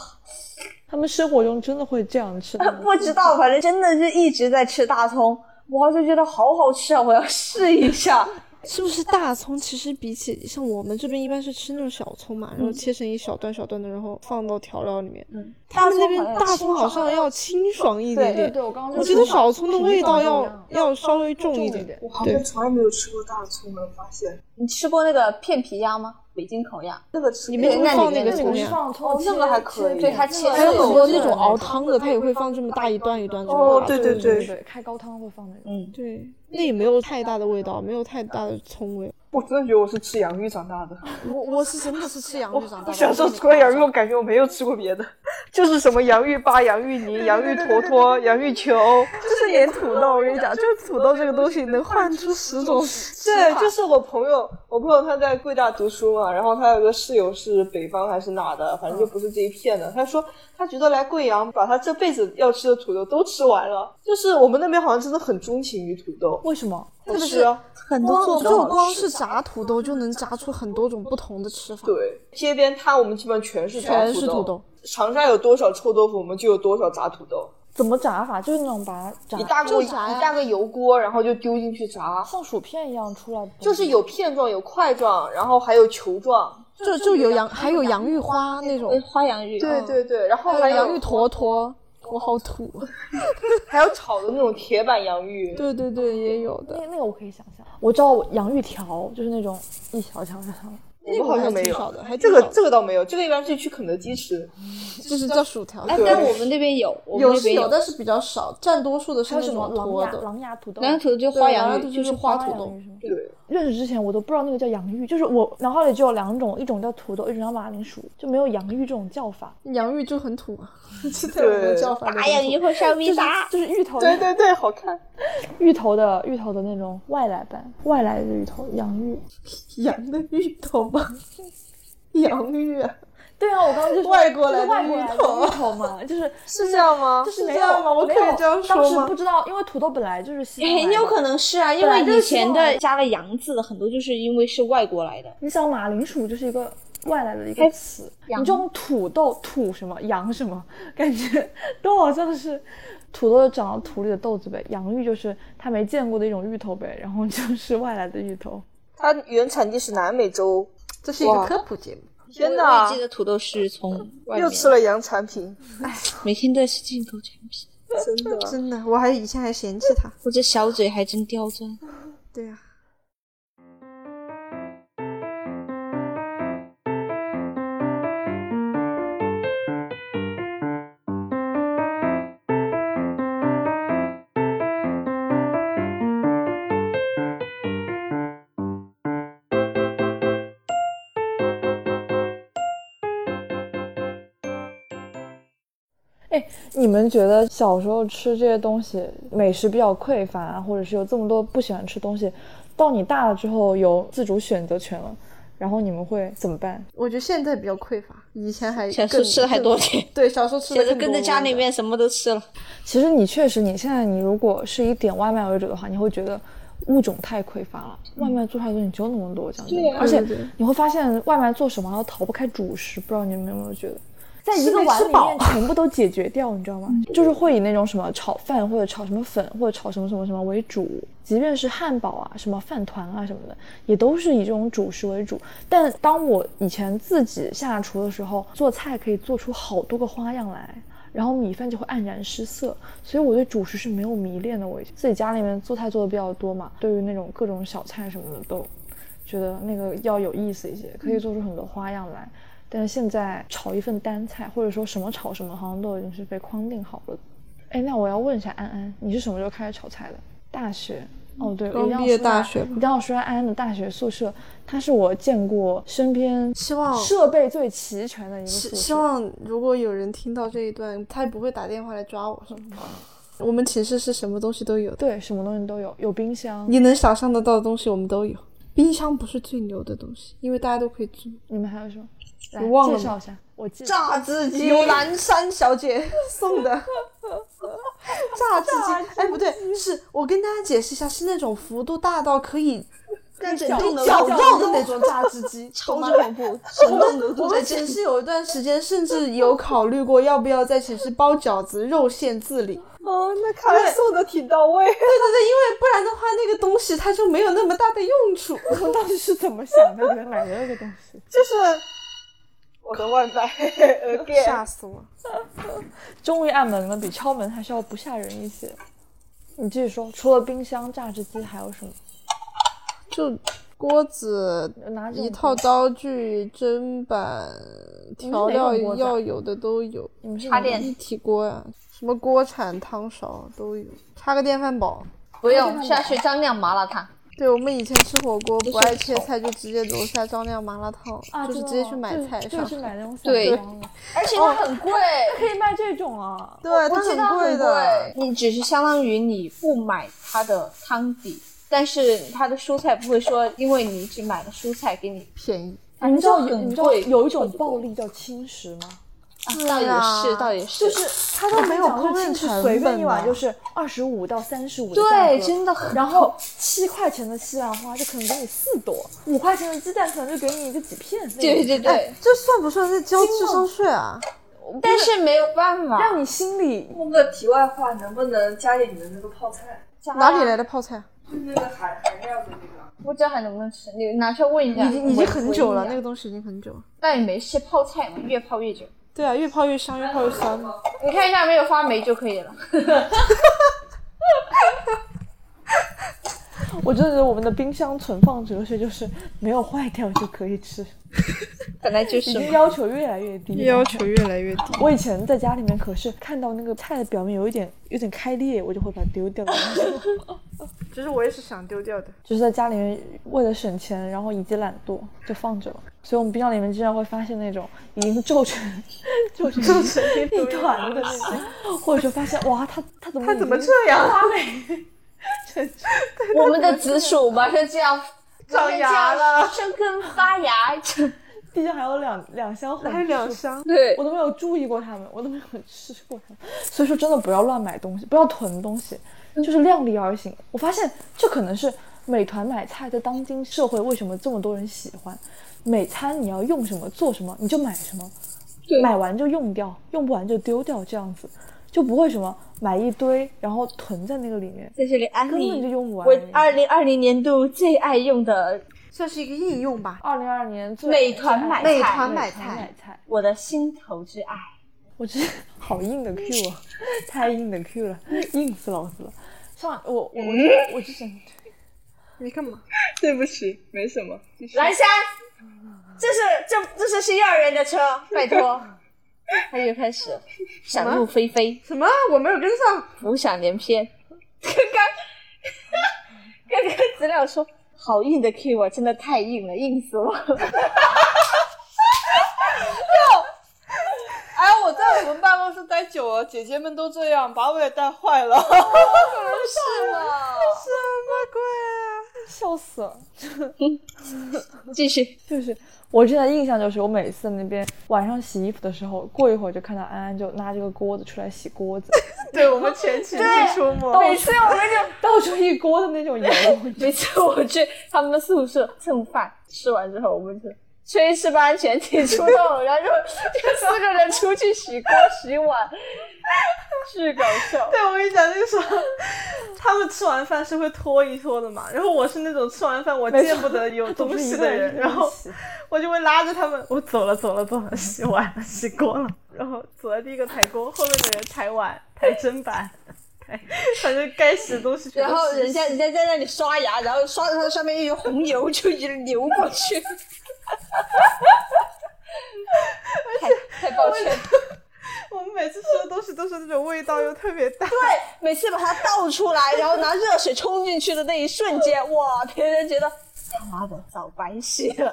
Speaker 1: 他们生活中真的会这样吃
Speaker 2: 嗯
Speaker 1: 的。
Speaker 3: 不知道，反正真的是一直在吃大葱，我就觉得好好吃啊，我要试一下。
Speaker 2: 是不是大葱？其实比起像我们这边一般是吃那种小葱嘛，然后切成一小段小段的，然后放到调料里面。
Speaker 3: 嗯，
Speaker 2: 他们那边
Speaker 3: 大
Speaker 2: 大
Speaker 3: 葱
Speaker 2: 葱好像要清爽一点
Speaker 1: 对
Speaker 2: 点
Speaker 1: 对，，我刚刚就
Speaker 2: 我觉得
Speaker 1: 说嘛
Speaker 2: 小葱的味道
Speaker 1: 品种不一
Speaker 2: 要
Speaker 1: 样
Speaker 2: 要稍微重
Speaker 1: 重
Speaker 2: 一
Speaker 1: 一
Speaker 2: 点。
Speaker 1: 点。
Speaker 4: 我好像从来没有吃过大葱的，发现
Speaker 3: 你吃过那个片皮鸭吗？北京烤鸭，
Speaker 4: 那个吃
Speaker 2: 你们
Speaker 4: 那
Speaker 2: 那
Speaker 4: 个
Speaker 2: 放那个
Speaker 4: 那个
Speaker 2: 什么
Speaker 4: 是
Speaker 2: 呀
Speaker 4: 放葱，哦那个还可以，
Speaker 3: 对它切
Speaker 2: 还有
Speaker 3: 是
Speaker 2: 很
Speaker 3: 有
Speaker 2: 多那
Speaker 3: 肉
Speaker 2: 种
Speaker 3: 的
Speaker 2: 熬汤的，它也会放这么大一段一段这么
Speaker 4: 哦
Speaker 2: 熬
Speaker 4: 对对
Speaker 1: 对
Speaker 4: 对
Speaker 1: 对，开高汤会放那个。
Speaker 3: 嗯，
Speaker 2: 对，那也没有太大的味道，没有太大的葱味。
Speaker 4: 我真的觉得我是吃洋芋长大的。
Speaker 2: 我我是真的是吃洋芋长大的，
Speaker 4: 我 小时候除了洋芋，我感觉我没有吃过别的，就是什么洋芋粑、洋芋泥、洋芋坨坨、洋芋球，
Speaker 5: 就是连土豆，我跟你讲，就是土豆这个东西能换出十种吃
Speaker 4: 对，
Speaker 5: 法
Speaker 4: 就是我朋友，我朋友他在贵大读书嘛，然后他有个室友是北方还是哪的，反正
Speaker 2: 嗯
Speaker 4: 就不是这一片的。他说他觉得来贵阳把他这辈子要吃的土豆都吃完了，就是我们那边好像真的很钟情于土豆，
Speaker 1: 为什么？
Speaker 4: 好吃啊。
Speaker 3: 很
Speaker 2: 光
Speaker 3: 都
Speaker 2: 就
Speaker 3: 好
Speaker 2: 光
Speaker 3: 吃
Speaker 2: 是炸土豆就能炸出很多种不同的吃法。
Speaker 4: 对，街边摊我们基本上全是炸
Speaker 2: 全是土豆。
Speaker 4: 长沙有多少臭豆腐，我们就有多少炸土豆。
Speaker 1: 怎么炸法？就是那种把它炸
Speaker 4: 一大锅
Speaker 2: 就
Speaker 4: 一
Speaker 2: 炸呀嗯
Speaker 4: 大个油锅，然后就丢进去炸，
Speaker 1: 像薯片一样出来，
Speaker 4: 就是有片状、有块状，然后还有球状。
Speaker 2: 就就有洋还有洋芋花那种
Speaker 3: 哎，花洋芋，
Speaker 4: 对对对，然后
Speaker 2: 嗯还
Speaker 4: 还
Speaker 2: 有
Speaker 4: 有
Speaker 2: 洋芋坨坨，我好土。
Speaker 4: 还有炒的那种铁板洋芋。
Speaker 2: 对对对，也有的。
Speaker 1: 那那个我可以想象。我知道洋芋条就是那种一小条一小条的，
Speaker 4: 我们好像没
Speaker 2: 那个还挺少
Speaker 4: 有
Speaker 2: 的还，
Speaker 4: 这
Speaker 2: 挺
Speaker 4: 个
Speaker 2: 少的
Speaker 4: 这个倒没有，这个一般是去肯德基吃。
Speaker 2: 就是叫薯条，
Speaker 3: 哎，但我们那边有，我们
Speaker 2: 有
Speaker 3: 那
Speaker 2: 是
Speaker 3: 边
Speaker 2: 有，但是比较少，占多数的是
Speaker 1: 还有
Speaker 2: 那
Speaker 1: 什么
Speaker 2: 种
Speaker 1: 狼
Speaker 2: 坨
Speaker 1: 牙
Speaker 2: 的。
Speaker 1: 狼牙土豆？
Speaker 3: 南土豆就是
Speaker 2: 对
Speaker 3: 花
Speaker 2: 然
Speaker 3: 洋
Speaker 2: 后
Speaker 3: 芋，
Speaker 2: 就是花
Speaker 1: 花
Speaker 2: 土
Speaker 1: 洋
Speaker 2: 豆
Speaker 1: 芋是吗
Speaker 4: 对，
Speaker 1: 认识之前我都不知道那个叫洋芋，就是我脑海里只有两种，一种叫土豆，一种叫马铃薯，就没有洋芋这种叫法。
Speaker 2: 洋芋就很土啊，就在我们的叫法里
Speaker 3: 大洋芋
Speaker 2: 面。
Speaker 3: 或烧
Speaker 1: 就
Speaker 3: 米
Speaker 1: 是
Speaker 3: 沙，
Speaker 1: 就是芋头，
Speaker 4: 对对对，好看。
Speaker 1: 芋头的芋头的那种外来版，外来的芋头，洋芋。
Speaker 2: 羊的芋头吗？洋芋啊，
Speaker 1: 对啊，我刚刚就说
Speaker 2: 外国
Speaker 1: 就是
Speaker 2: 来的
Speaker 1: 外国
Speaker 2: 芋
Speaker 1: 来的
Speaker 2: 头
Speaker 1: 芋头嘛，就是
Speaker 4: 啊是这样吗？
Speaker 1: 就是没
Speaker 4: 这
Speaker 1: 有
Speaker 4: 样吗？我
Speaker 1: 没
Speaker 4: 可
Speaker 1: 有
Speaker 4: 以这
Speaker 1: 当
Speaker 4: 样说
Speaker 1: 时
Speaker 4: 吗哎
Speaker 1: 不？知道，因为土豆本来就是西方来
Speaker 3: 很
Speaker 1: 的
Speaker 3: 有可能是啊，因
Speaker 1: 本来
Speaker 3: 为
Speaker 1: 就
Speaker 3: 以
Speaker 1: 是
Speaker 3: 前
Speaker 1: 嘛
Speaker 3: 的加了“洋”字的很多，就是因为是外国来的。
Speaker 1: 你想马铃薯就是一个外来的一个词，你
Speaker 3: 羊
Speaker 1: 这种土豆土什么羊什么，感觉都好像是土豆长到土里的豆子呗，洋芋就是他没见过的一种芋头呗，然后就是外来的芋头。
Speaker 4: 它原产地是南美洲。
Speaker 2: 这是一个
Speaker 4: 哇
Speaker 2: 科普节目。
Speaker 4: 天
Speaker 3: 我我
Speaker 4: 哪
Speaker 3: 也记！得土豆是从外
Speaker 4: 啊又
Speaker 3: 面
Speaker 4: 吃，了洋产品，
Speaker 3: 每天都是进口产品。
Speaker 4: 真的。
Speaker 2: 真的，我还以前还嫌弃它。
Speaker 3: 我这小嘴还真刁钻。
Speaker 2: 对呀、
Speaker 1: 哎你们觉得小时候吃这些东西，美食比较匮乏，或者是有这么多不喜欢吃东西，到你大了之后有自主选择权了，然后你们会怎么办？
Speaker 2: 我觉得现在比较匮乏，以前还
Speaker 3: 小时候
Speaker 2: 更
Speaker 3: 吃的还多
Speaker 2: 更
Speaker 3: 点
Speaker 2: 对，小时候 吃的
Speaker 3: 现在
Speaker 2: 更
Speaker 3: 跟着
Speaker 2: 多
Speaker 3: 家
Speaker 2: 我
Speaker 3: 里
Speaker 2: 觉得
Speaker 3: 面什么都吃了，
Speaker 1: 其实你确实，你现在你如果是以点外卖为主的话，你会觉得物种太匮乏了，外卖做出来的东西只有那么多，讲真的。而且你会发现外卖做什么都逃不开主食，不知道你们有没有觉得？在一个碗里 面全部都解决掉，你知道吗？就是会以那种什么炒饭或者炒什么粉或者炒什么什么什么为主，即便是汉堡啊、什么饭团啊什么的，也都是以这种主食为主。但当我以前自己下厨的时候，做菜可以做出好多个花样来，然后米饭就会黯然失色，所以我对主食是没有迷恋的。我自己家里面做菜做的比较多嘛，对于那种各种小菜什么的都觉得那个要有意思一些，可以做出很多花样来。但是现在炒一份单菜，或者说什么炒什么，好像都已经是被框定好了。哎，那我要问一下安安，你是什么时候开始炒菜的？大学。哦，对，
Speaker 2: 刚
Speaker 1: 一定要
Speaker 2: 毕
Speaker 1: 说
Speaker 2: 业
Speaker 1: 一下
Speaker 2: 大学吧
Speaker 1: 一定要说一下安安的大学宿舍，它是我见过身边
Speaker 2: 希望
Speaker 1: 设备最齐全的一个宿
Speaker 2: 哦希
Speaker 1: 舍。
Speaker 2: 希望如果有人听到这一段，他不会打电话来抓我，是吗？我们寝室是什么东西都有的，
Speaker 1: 对，什么东西都有，有冰箱。
Speaker 2: 你能想象得到的东西我们都有。冰箱不是最牛的东西，因为大家都可以做。
Speaker 1: 你们还有什么？来
Speaker 2: 我忘了
Speaker 1: 介绍一下，我记得。
Speaker 2: 榨汁机，由南山小姐 送 的。榨汁机，哎，不对，是我跟大家解释一下，是那种幅度大到可以
Speaker 3: 但整
Speaker 2: 可以
Speaker 3: 栋楼
Speaker 2: 绞肉的那种榨汁机，
Speaker 3: 超
Speaker 2: 妈
Speaker 3: 级恐怖，整栋楼
Speaker 2: 我
Speaker 3: 都在
Speaker 2: 们
Speaker 3: 这
Speaker 2: 寝室有一段时间，甚至有考虑过要不要在寝室包饺子，肉馅自理。
Speaker 4: 哦，那看来送的挺 到位。
Speaker 2: 对对对，因为哎不然的话，那个东西它就没有那么大的用处。
Speaker 1: 我们到底是怎么想的？原来的那个东西，
Speaker 4: 就是我的 外卖 again，
Speaker 2: 吓死我！
Speaker 1: 终于按门了，比敲门还是要不吓人一些。你继续说，除了冰箱、榨汁机还有什么？
Speaker 2: 就锅子、
Speaker 1: 拿这种
Speaker 2: 一套刀具、砧板、
Speaker 1: 你们是
Speaker 2: 调料
Speaker 1: 哪种锅子啊
Speaker 2: 要有的都有，
Speaker 1: 你们是
Speaker 3: 插电
Speaker 2: 一体锅呀、啊什么锅铲、汤勺都有，插个电饭煲。
Speaker 3: 不用下去张亮麻辣烫，
Speaker 2: 对我们以前吃火锅不爱切菜，就直接楼下张亮麻辣烫，
Speaker 1: 啊，
Speaker 2: 就是
Speaker 1: 真的
Speaker 2: 直接
Speaker 1: 吗
Speaker 2: 去买
Speaker 1: 就
Speaker 2: 菜
Speaker 1: 就
Speaker 2: 上。
Speaker 1: 是买那种散
Speaker 3: 对
Speaker 1: 装的，
Speaker 3: 而且它很贵，
Speaker 1: 可以卖这种啊。
Speaker 2: 对，它
Speaker 3: 我记得
Speaker 2: 很
Speaker 3: 贵
Speaker 2: 贵的。。
Speaker 3: 你只是相当于你不买它的汤底，但是它的蔬菜不会说，因为你只买了蔬菜给啊你
Speaker 2: 便宜，
Speaker 1: 你们知道
Speaker 3: 这
Speaker 1: 有
Speaker 3: 很
Speaker 1: 你知道
Speaker 3: 贵
Speaker 1: 有一种暴力叫轻食吗？
Speaker 3: 啊，倒也是，倒也是，就是
Speaker 1: 它都
Speaker 2: 没有烹饪成
Speaker 1: 随便
Speaker 2: 本
Speaker 1: 一碗
Speaker 2: 的
Speaker 1: 就是二十五到三十五的价
Speaker 3: 啊对，
Speaker 1: 格
Speaker 3: 真的很。
Speaker 1: 然后七块钱的西兰花就可能给你四朵，五块钱的鸡蛋可能就给你一个几片，
Speaker 3: 对，对对，
Speaker 2: 哎这算不算在交智商税啊？
Speaker 3: 哎但是没有办法，
Speaker 1: 让你心里
Speaker 4: 问个题外话，能不能加点你的那个泡菜？
Speaker 2: 哪里来的泡菜？啊
Speaker 4: 就是那个含含料的那个。
Speaker 3: 不知道还能不能吃，你拿出来问一下。
Speaker 2: 已经已经很久了，
Speaker 3: 闻一
Speaker 2: 那
Speaker 3: 下
Speaker 2: 个东西已经很久了。
Speaker 3: 但也没吃泡菜嘛，越泡越久。
Speaker 2: 对啊，越泡越香，越泡越酸嘛。
Speaker 3: 你看一下没有发霉就可以了。
Speaker 1: 我真的觉得我们的冰箱存放哲学就是没有坏掉就可以吃，
Speaker 3: 本来就
Speaker 1: 已
Speaker 3: 是
Speaker 1: 经
Speaker 3: 嘛
Speaker 1: 要求越来越低了。
Speaker 2: 求越来越低。
Speaker 1: 我以前在家里面可是看到那个菜的表面有一点有点开裂，我就会把它丢 掉。
Speaker 2: 其实我也是想丢掉的。
Speaker 1: 就是在家里面为了省钱，然后以及懒惰就放着了。所以我们冰箱里面经常会发现那种已经皱成皱成皱成一团的那种，或者说发现哇，它它怎么它怎么这样发霉？
Speaker 3: 我们的紫薯马上就要
Speaker 2: 长牙了，
Speaker 3: 生根发 芽。
Speaker 1: 地上还有两两箱红，
Speaker 2: 还有两箱，
Speaker 3: 对
Speaker 1: 我，都没有注意过它们，我都没有吃过它们。所以说，真的不要乱买东西，不要囤东西，就是量力而行。我发现这可能是美团买菜在当今社会为什么这么多人喜欢。每餐你要用什么做什么，你就买什么，买完就用掉，用不完就丢掉，这样子就不会什么买一堆然后囤在那个里面，
Speaker 3: 在这里安
Speaker 1: 根本就
Speaker 3: 利
Speaker 1: 用不完。
Speaker 3: 我二零二零年度最爱用的
Speaker 2: 算是一个应用吧。
Speaker 1: 二零二年最
Speaker 3: 美团买菜
Speaker 2: 美团
Speaker 1: 美
Speaker 2: 买
Speaker 1: 团
Speaker 2: 菜
Speaker 1: 买菜，
Speaker 3: 我的心头之爱。
Speaker 1: 我这 好硬的 Q 啊，太硬的 Q 了，硬死老子了。上我我
Speaker 2: 嗯
Speaker 1: 我我之 前
Speaker 2: 你干嘛？
Speaker 4: 对不起，没什么。继续
Speaker 3: 蓝山，这是这这是是幼儿园的车， 拜托。他又开始想入非非，
Speaker 2: 什么？我没有跟上。
Speaker 3: 浮想联翩。刚刚刚刚资料说好硬的 Q 啊，真的太硬了，硬死我了。
Speaker 2: 哎，我在我们办公室待久了，姐姐们都这样，把我也带坏了。
Speaker 3: 是吗？
Speaker 2: 啊
Speaker 1: 笑死了，
Speaker 3: 继续，
Speaker 1: 就是我之前的印象就是，我每次那边晚上洗衣服的时候，过一会儿就看到安安就拿这个锅子出来洗锅子，
Speaker 2: 对我们全 寝室出没。
Speaker 1: 每次我们就 倒出一锅的那种油，
Speaker 3: 每次我去他们宿舍蹭饭，吃完之后我们就。炊事班全体出动，然后就就四个人出去洗锅洗碗，巨搞笑。
Speaker 2: 对，我跟你讲，那个时候他们吃完饭是会拖一拖的嘛，然后我是那种吃完饭我见不得有
Speaker 1: 都
Speaker 2: 东
Speaker 1: 是一
Speaker 2: 西
Speaker 1: 个
Speaker 2: 的 人，
Speaker 1: 一个
Speaker 2: 然后
Speaker 1: 洗
Speaker 2: 我就会拉着他们，我走了走了走了，洗碗了洗锅了，然后走在第一个抬锅，后面的人抬碗、抬砧板、抬，反正该洗的东 西全
Speaker 3: 然
Speaker 2: 都
Speaker 3: 后
Speaker 2: 洗
Speaker 3: 人家人家在那里刷牙，然后刷着它上面一有红油就一直流过去， 太太抱歉了，
Speaker 2: 我们每次吃的东西都是那种味道又特别大，
Speaker 3: 每次把它倒出来，然后拿热水冲进去的那一瞬间，哇，别人觉得他妈的早白洗了，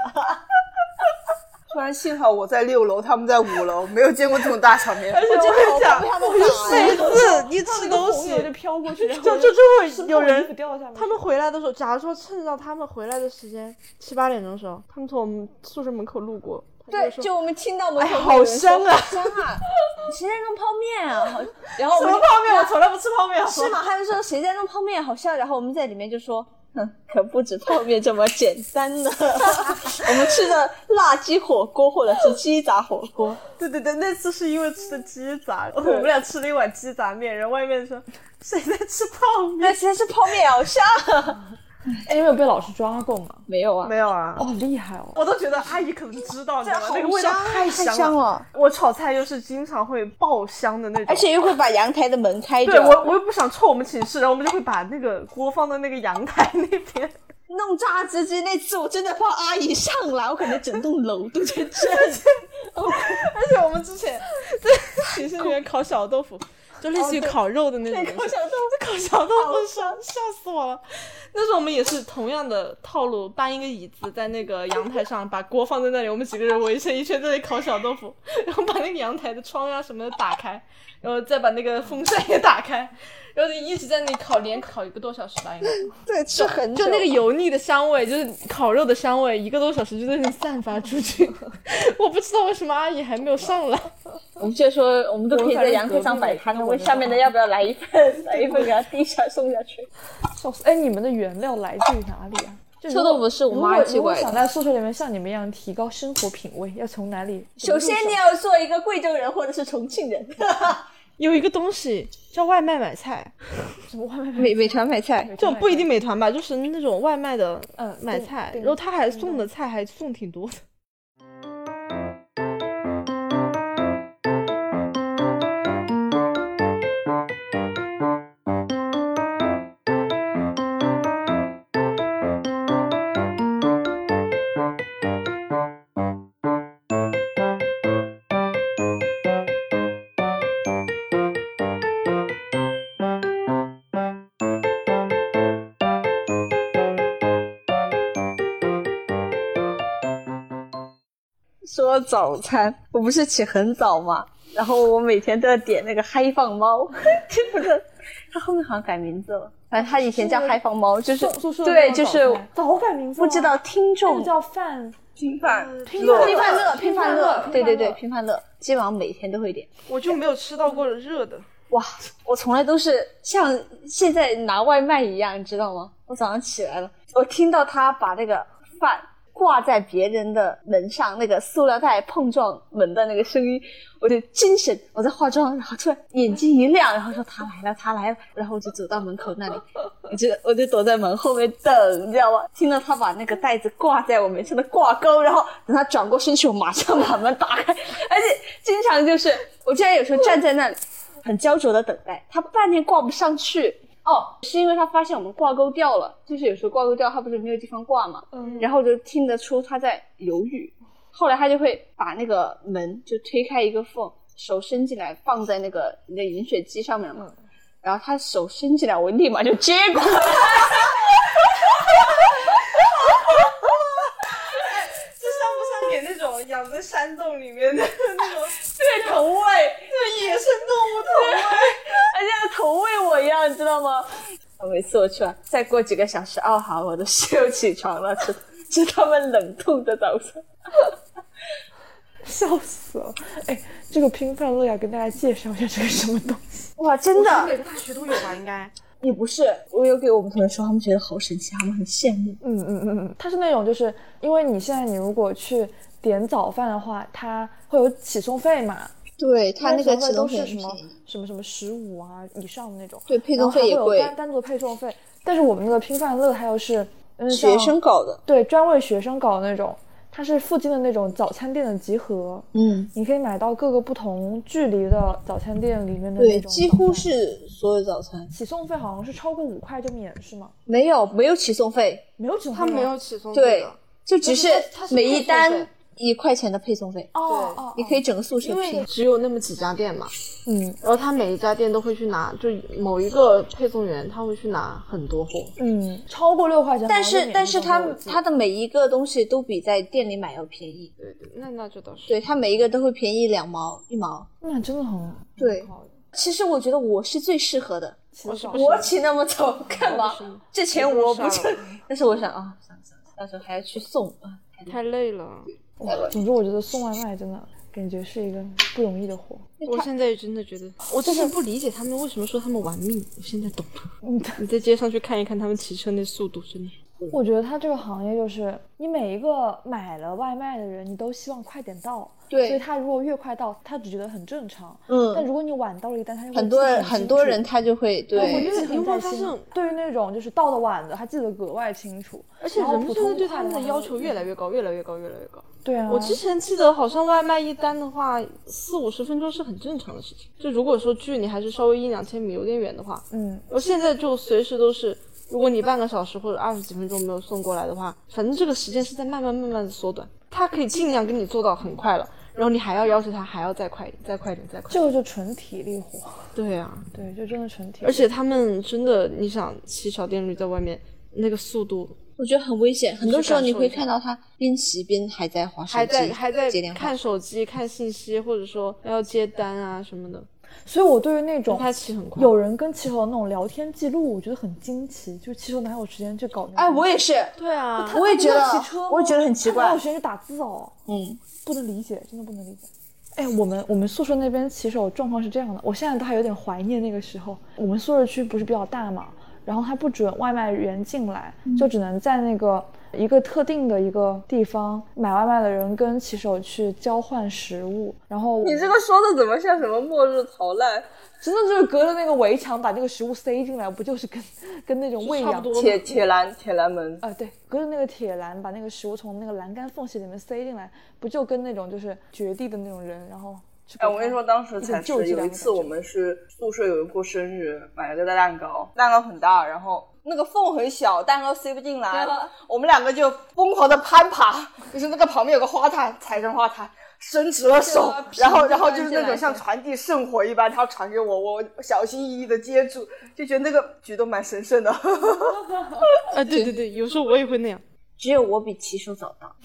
Speaker 4: 突然幸好我在六楼，他们在五楼，没有见过这种大场面。
Speaker 2: 而且
Speaker 3: 我
Speaker 2: 我
Speaker 3: 真的好
Speaker 2: 跟你讲
Speaker 3: 怕被， 他们打呀
Speaker 2: 每次一
Speaker 1: 那
Speaker 2: 吃
Speaker 1: 个
Speaker 2: 东
Speaker 1: 红油
Speaker 2: 西
Speaker 1: 就。飘过去，然后
Speaker 2: 就就就会有
Speaker 1: 湿
Speaker 2: 人
Speaker 1: 布衣服掉下面，
Speaker 2: 他们回来的时候，假如说趁到他们回来的时间七八点钟的时候，他们从我们宿舍门口路过，他
Speaker 3: 对，
Speaker 2: 说
Speaker 3: 就我们听到门口
Speaker 2: 哎好香啊
Speaker 3: 好香啊！ 谁在弄泡面啊？好 然后我
Speaker 2: 什
Speaker 3: 们
Speaker 2: 么
Speaker 3: 就
Speaker 2: 泡面？我从来不吃泡面。
Speaker 3: 是吗？他们说谁在弄泡面，好笑。然后我们在里面就说，哼，可不止泡面这么简单 呢。我们吃的辣鸡火锅或者是鸡杂火锅，
Speaker 2: 对对对，那次是因为吃的鸡杂，我们俩吃了一碗鸡杂面，然后外面说谁在吃泡面？
Speaker 3: 那实在是泡面好香。
Speaker 1: 哎，你们有被老师抓过吗？
Speaker 3: 没有啊，
Speaker 2: 没有啊，
Speaker 1: 哦，厉害哦！
Speaker 2: 我都觉得阿姨可能知道，你知道吗？那个
Speaker 3: 好
Speaker 2: 味道
Speaker 3: 香啊
Speaker 2: 太
Speaker 3: 太
Speaker 2: 香
Speaker 3: 香了，
Speaker 2: 我炒菜又是经常会爆香的那种，
Speaker 3: 而且又会把阳台的门开着，
Speaker 2: 对我我又不想臭我们寝室，然后我们就会把那个锅放到那个阳台那边。
Speaker 3: 弄弄炸鸡鸡那次，我真的怕阿姨上来，我可能整栋楼都在震。
Speaker 2: 而且我们之前在学校里面烤小豆腐，就类似于烤肉的那种东西。
Speaker 3: 小豆
Speaker 2: 烤小豆腐吓吓死我了！那时候我们也是同样的套路，搬一个椅子在那个阳台上，把锅放在那里，我们几个人围成一圈在那里烤小豆腐，然后把那个阳台的窗呀、什么的打开，然后再把那个风扇也打开，然后就一直在那里烤，连烤一个多小时吧，应该。
Speaker 4: 对，吃很久，
Speaker 2: 就那个油腻的香味，就是烤肉的香味，一个多小时就在那里散发出去。我不知道为什么阿姨还没有上来。
Speaker 3: 我们就说，我们都可以在阳台上摆摊，问下面的要不要来一份，来一份给他递下送下去。
Speaker 1: 笑死！哎，你们的原料来自于哪里啊？就如
Speaker 3: 臭豆腐是我
Speaker 1: 如
Speaker 3: 妈
Speaker 1: 果
Speaker 3: 寄
Speaker 1: 如
Speaker 3: 过
Speaker 1: 果
Speaker 3: 来
Speaker 1: 想
Speaker 3: 的。
Speaker 1: 在宿舍里面像你们一样提高生活品味，要从哪里？
Speaker 3: 首先你要做一个贵州人或者是重庆人，
Speaker 2: 有一个东西叫外卖买菜，
Speaker 1: 什么外卖？
Speaker 3: 美美团买菜。
Speaker 2: 就不一定美团吧，就是那种外卖的，
Speaker 1: 嗯
Speaker 2: 买
Speaker 1: 对
Speaker 2: 菜，
Speaker 1: 对
Speaker 2: 然后他还送的菜还送挺多的。
Speaker 3: 说早餐，我不是起很早嘛，然后我每天都要点那个嗨放 猫，这不是，他后面好像改名字了，反正他以前叫嗨放猫，就是
Speaker 1: 宿宿舍
Speaker 3: 对，
Speaker 1: 那种
Speaker 3: 就是
Speaker 1: 早餐早改名字
Speaker 3: 不
Speaker 1: 吗
Speaker 3: 知道听
Speaker 1: 那个
Speaker 3: 众
Speaker 1: 叫饭
Speaker 4: 拼饭，拼
Speaker 3: 拼
Speaker 1: 饭
Speaker 3: 饭乐，拼饭乐，对对对，
Speaker 1: 拼
Speaker 3: 拼饭乐，基本上每天都会点。
Speaker 2: 我就没有吃到过热的，
Speaker 3: 哇，我从来都是像现在拿外卖一样，你知道吗？我早上起来了，我听到他把那个饭挂在别人的门上，那个塑料袋碰撞门的那个声音，我就精神，我在化妆，然后突然眼睛一亮，然后说他来了，他来了，然后我就走到门口那里，我就我就躲在门后面等，你知道吗？听到他把那个袋子挂在我门上的挂钩，然后等他转过身去，我马上把门打开，而且经常就是我竟然有时候站在那里。很焦灼的等待，他半天挂不上去。哦，是因为他发现我们挂钩掉了，就是有时候挂钩掉，他不是没有地方挂嘛，
Speaker 1: 嗯
Speaker 3: 然后我就听得出他在犹豫。后来他就会把那个门就推开一个缝，手伸进来放在那个你的饮水机上面
Speaker 2: 嗯
Speaker 3: 嘛，然后他手伸进来，我立马就接 过来。
Speaker 2: 这像不像给那种养在山洞里面的那种
Speaker 3: 对投喂，
Speaker 2: 对野生动物头？
Speaker 3: 而且像投喂我一样，你知道吗？啊每次我去完，再过几个小时，哦好，我的室友起床了，吃吃他们冷冻的早餐。
Speaker 1: 笑死了！哎，这个拼饭乐要跟大家介绍一下这个什么东西。
Speaker 3: 哇，真的，
Speaker 2: 每个大学都有吧，应该。
Speaker 3: 也不是，我有给我们同学说，他们觉得好神奇，他们很羡慕。
Speaker 1: 嗯嗯嗯嗯，它是那种就是因为你现在你如果去点早饭的话，它会有起送费嘛，
Speaker 3: 对他那个
Speaker 1: 起
Speaker 3: 启
Speaker 1: 都
Speaker 3: 动费
Speaker 1: 是
Speaker 3: 很
Speaker 1: 什么
Speaker 3: 便宜
Speaker 1: 什么什么十五啊以上的那种，
Speaker 3: 对配
Speaker 1: 然
Speaker 3: 送
Speaker 1: 后还
Speaker 3: 费
Speaker 1: 会
Speaker 3: 也
Speaker 1: 有
Speaker 3: 贵
Speaker 1: 单，单独的配送费。但是我们那个拼饭乐它又是嗯
Speaker 3: 学
Speaker 1: 像
Speaker 3: 生搞的，
Speaker 1: 对专为学生搞的那种，它是附近的那种早餐店的集合，
Speaker 3: 嗯，
Speaker 1: 你可以买到各个不同距离的早餐店里面的那
Speaker 3: 对，
Speaker 1: 种早餐，
Speaker 3: 几乎是所有早餐
Speaker 1: 起送费好像是超过五块就免是吗？
Speaker 3: 没有没有起送费，
Speaker 1: 没有起送费
Speaker 2: 他
Speaker 1: 吗
Speaker 2: 没有起送费
Speaker 3: 对
Speaker 2: 的，，
Speaker 3: 就只是
Speaker 2: 但是它它是
Speaker 3: 每一
Speaker 2: 配送
Speaker 3: 单
Speaker 2: 费
Speaker 3: 一块钱的配送费，
Speaker 1: 哦哦，哦
Speaker 3: 你可以整个宿舍
Speaker 2: 因为
Speaker 3: 拼。
Speaker 2: 只有那么几家店嘛，
Speaker 1: 嗯
Speaker 2: 然后他每一家店都会去拿，就某一个配送员他会去拿很多货。
Speaker 1: 嗯，超过六块钱好
Speaker 3: 但
Speaker 1: 像就免
Speaker 3: 是
Speaker 1: 费送费，
Speaker 3: 但是他
Speaker 1: 我记得
Speaker 3: 他的每一个东西都比在店里买要便宜，
Speaker 2: 对对，那那这倒是。
Speaker 3: 对他每一个都会便宜两毛一毛。
Speaker 1: 那真的很
Speaker 3: 对，
Speaker 1: 好。
Speaker 3: 其实我觉得我是最适合的，
Speaker 1: 其实早
Speaker 3: 我起那么早干嘛？这钱我不挣。但是我想啊，算了算了，到时候还要去送啊。太累了
Speaker 2: 太累了，
Speaker 1: 哇总之我觉得送外卖真的感觉是一个不容易的活。
Speaker 2: 我现在也真的觉得，我之前不理解他们为什么说他们玩命，我现在懂
Speaker 1: 嗯
Speaker 2: 了。你在街上去看一看他们骑车那速度，真的。
Speaker 1: 我觉得他这个行业就是你每一个买了外卖的人，你都希望快点到，
Speaker 3: 对
Speaker 1: 所以他如果越快到，他只觉得很正常。但
Speaker 3: 嗯，
Speaker 1: 如果你晚到了一单，他就会
Speaker 3: 很多人
Speaker 1: 记很
Speaker 3: 很
Speaker 1: 清
Speaker 3: 多
Speaker 1: 楚
Speaker 3: 人他就会
Speaker 1: 他会
Speaker 3: 对
Speaker 2: 因为
Speaker 1: 记很
Speaker 2: 因为
Speaker 1: 在
Speaker 2: 他
Speaker 1: 心
Speaker 2: 是
Speaker 1: 对于那种就是到的晚的，他记得格外清楚。
Speaker 2: 而且
Speaker 1: 然后
Speaker 2: 人们
Speaker 1: 普
Speaker 2: 现在
Speaker 1: 通
Speaker 2: 对
Speaker 1: 快
Speaker 2: 他们的
Speaker 1: 嘛
Speaker 2: 要求越来越高，越来越高，越来越高。
Speaker 1: 对啊，
Speaker 2: 我之前记得好像外卖一单的话，四五十分钟是很正常的事情。就如果说距你还是稍微一两千米有点远的话，
Speaker 1: 嗯
Speaker 2: 我现在就随时都是
Speaker 6: 如果你半个小时或者二十几分钟没有送过来的话，反正这个时间是在慢慢慢慢的缩短，他可以尽量跟你做到很快了，然后你还要要求他还要再快一点，再快一点，再快一点。
Speaker 1: 这个就纯体力活，
Speaker 6: 对啊，
Speaker 1: 对，就真的纯体力。
Speaker 6: 而且他们真的，你想骑小电驴在外面那个速度，
Speaker 3: 我觉得很危险。很多时候你会看到他边骑边还在划手机，
Speaker 6: 还在还在
Speaker 3: 接电话
Speaker 6: 看。手机、看信息，或者说要接单啊什么的，
Speaker 1: 所以我对于那种
Speaker 6: 他骑很快。
Speaker 1: 有人跟骑手那种聊天记录，我觉得很惊奇，就是骑手哪有时间去搞那种？
Speaker 4: 哎，我也是，
Speaker 6: 对啊，
Speaker 4: 我也觉
Speaker 1: 他不
Speaker 4: 得
Speaker 1: 骑车吗，
Speaker 4: 我也觉得很奇
Speaker 1: 他哪
Speaker 4: 怪
Speaker 1: 有。时间去打字哦？
Speaker 3: 嗯，
Speaker 1: 不能理解，真的不能理解。哎，我们我们宿舍那边骑手状况是这样的，我现在都还有点怀念那个时候。我们宿舍区不是比较大嘛，然后他不准外卖员进来，就只能在那个一个特定的一个地方买外卖的人跟骑手去交换食物。然后我
Speaker 4: 你这个说的怎么像什么末日逃难？
Speaker 1: 真的就是隔着那个围墙把那个食物塞进来，不就是跟跟那种喂
Speaker 6: 差
Speaker 1: 养
Speaker 6: 不多
Speaker 4: 铁铁栏铁栏门，
Speaker 1: 啊，对，隔着那个铁栏，把那个食物从那个栏杆缝隙里面塞进来，不就跟那种就是绝地的那种人，然后去给
Speaker 4: 哎，我跟你
Speaker 1: 他
Speaker 4: 说，当时才
Speaker 1: 就是质量
Speaker 4: 有
Speaker 1: 的
Speaker 4: 一
Speaker 1: 感
Speaker 4: 次，我
Speaker 1: 觉
Speaker 4: 们是宿舍有人过生日，买了个大蛋糕，蛋糕很大，然后那个缝很小，蛋糕塞不进来，我们两个就疯狂的攀爬，就是那个旁边有个花坛，踩上花坛。伸直了手，然后，然后就是那种像传递圣火一般，他传给我，我小心翼翼的接住，就觉得那个举动蛮神圣的。
Speaker 6: 啊，对对对，有时候我也会那样。
Speaker 3: 只有我比骑手早到，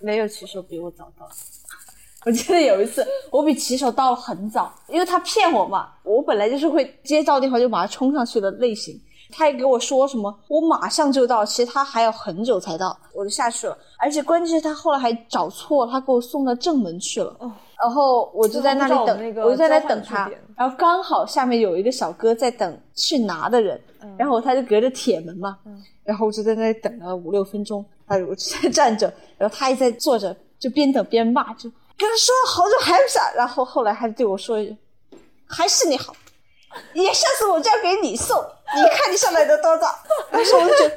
Speaker 3: 没有骑手比我早到。 我记得有一次，我比骑手到了很早，因为他骗我嘛。我本来就是会接到电话就马上冲上去的类型，他还给我说什么我马上就到，其实他还有很久才到，我就下去了。而且关键是他后来还找错，他给我送到正门去
Speaker 1: 哦
Speaker 3: 了。然后我就在那里
Speaker 1: 那他不知道我
Speaker 3: 等，
Speaker 1: 们那个
Speaker 3: 我就在那等
Speaker 1: 交换
Speaker 3: 他
Speaker 1: 据点，
Speaker 3: 然后刚好下面有一个小哥在等去拿的人，
Speaker 1: 嗯
Speaker 3: 然后他就隔着铁门嘛，然后我就在那里等了五六分钟，他我就在站着，然后他也在坐着，就边等边骂，就跟他说了好久还不下，然后后来还对我说一句，还是你好，也下次我就要给你送，你看你上来的多早，当时我就觉得。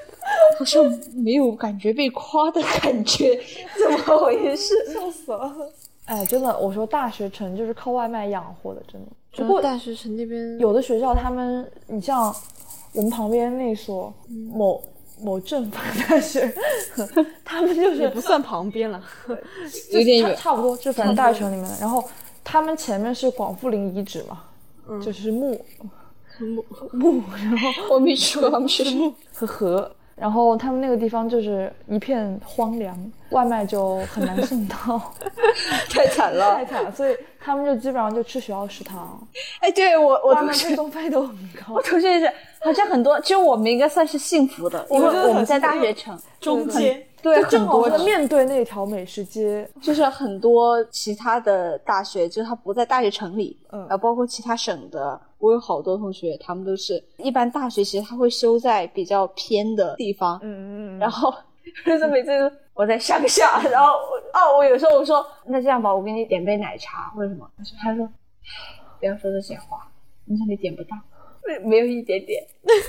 Speaker 3: 好像没有感觉被夸的感觉，怎么回事？
Speaker 1: 哎，真的，我说大学城就是靠外卖养活的，真的。
Speaker 6: 不
Speaker 1: 不过
Speaker 6: 大学城那边
Speaker 1: 有的学校他们，你像我们旁边那所某某政法大学， 他们就
Speaker 6: 也
Speaker 1: 是
Speaker 6: 不算旁边了，
Speaker 1: 就
Speaker 3: 有点
Speaker 1: 差
Speaker 3: 远
Speaker 1: 差不多，就反正大学城里面的。然后他们前面是广富林遗址嘛，就是墓
Speaker 3: 我没去过，我没去过。
Speaker 1: 和河，然后他们那个地方就是一片荒凉，外卖就很难送 到，
Speaker 4: 太惨了，
Speaker 1: 太惨了。所以他们就基本上就吃学校食堂，
Speaker 3: 哎，对我我
Speaker 1: 外
Speaker 3: 同
Speaker 1: 卖
Speaker 3: 学
Speaker 1: 配送费都很高
Speaker 3: 我。同学也是，好像很多，其实我们应该算是幸福的，因
Speaker 6: 们
Speaker 3: 为我们
Speaker 6: 很
Speaker 3: 在
Speaker 6: 幸福
Speaker 3: 大
Speaker 6: 因
Speaker 3: 学
Speaker 6: 为
Speaker 3: 城，
Speaker 6: 中间
Speaker 3: 对，
Speaker 1: 就正
Speaker 3: 很
Speaker 1: 好
Speaker 3: 多
Speaker 1: 是面对那条美食街，
Speaker 3: 就是很多其他的大学，就是他不在大学城里，
Speaker 1: 嗯
Speaker 3: 呃，包括其他省的，我有好多同学，他们都是一般大学其实他会修在比较偏的地方，
Speaker 1: 嗯嗯
Speaker 3: 然后就是每次都我在乡下，然后我哦，我有时候我说那这样吧，我给你点杯奶茶或者什么，他说不要说这些话，你这里点不到，没有一点点，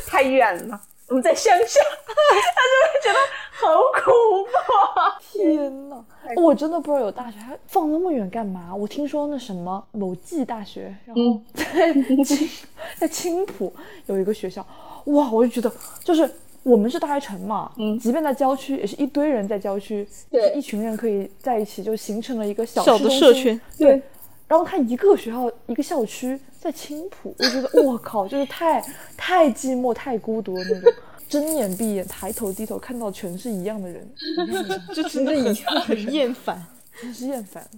Speaker 3: 太远了，我们在乡下， 他就会觉得好苦吧。
Speaker 1: 天呐，哦我真的不知道有大学还放那么远干嘛。我听说那什么某暨大学，然
Speaker 6: 嗯
Speaker 1: 后在青、 在青浦有一个学校，哇，我就觉得就是我们是大学城嘛，
Speaker 3: 嗯
Speaker 1: 即便在郊区，也是一堆人在郊区，
Speaker 3: 对
Speaker 1: 就是一群人可以在一起，就形成了一个小
Speaker 6: 小
Speaker 1: 市
Speaker 6: 的
Speaker 1: 中
Speaker 6: 社
Speaker 1: 心
Speaker 6: 群。
Speaker 1: 对，然后他一个学校一个校区在青浦，我觉得我靠，就是太太寂寞、太孤独了那种。睁眼闭眼，抬头低头，看到全是一样的人，
Speaker 6: 就真的很很厌烦。
Speaker 1: 真是厌烦。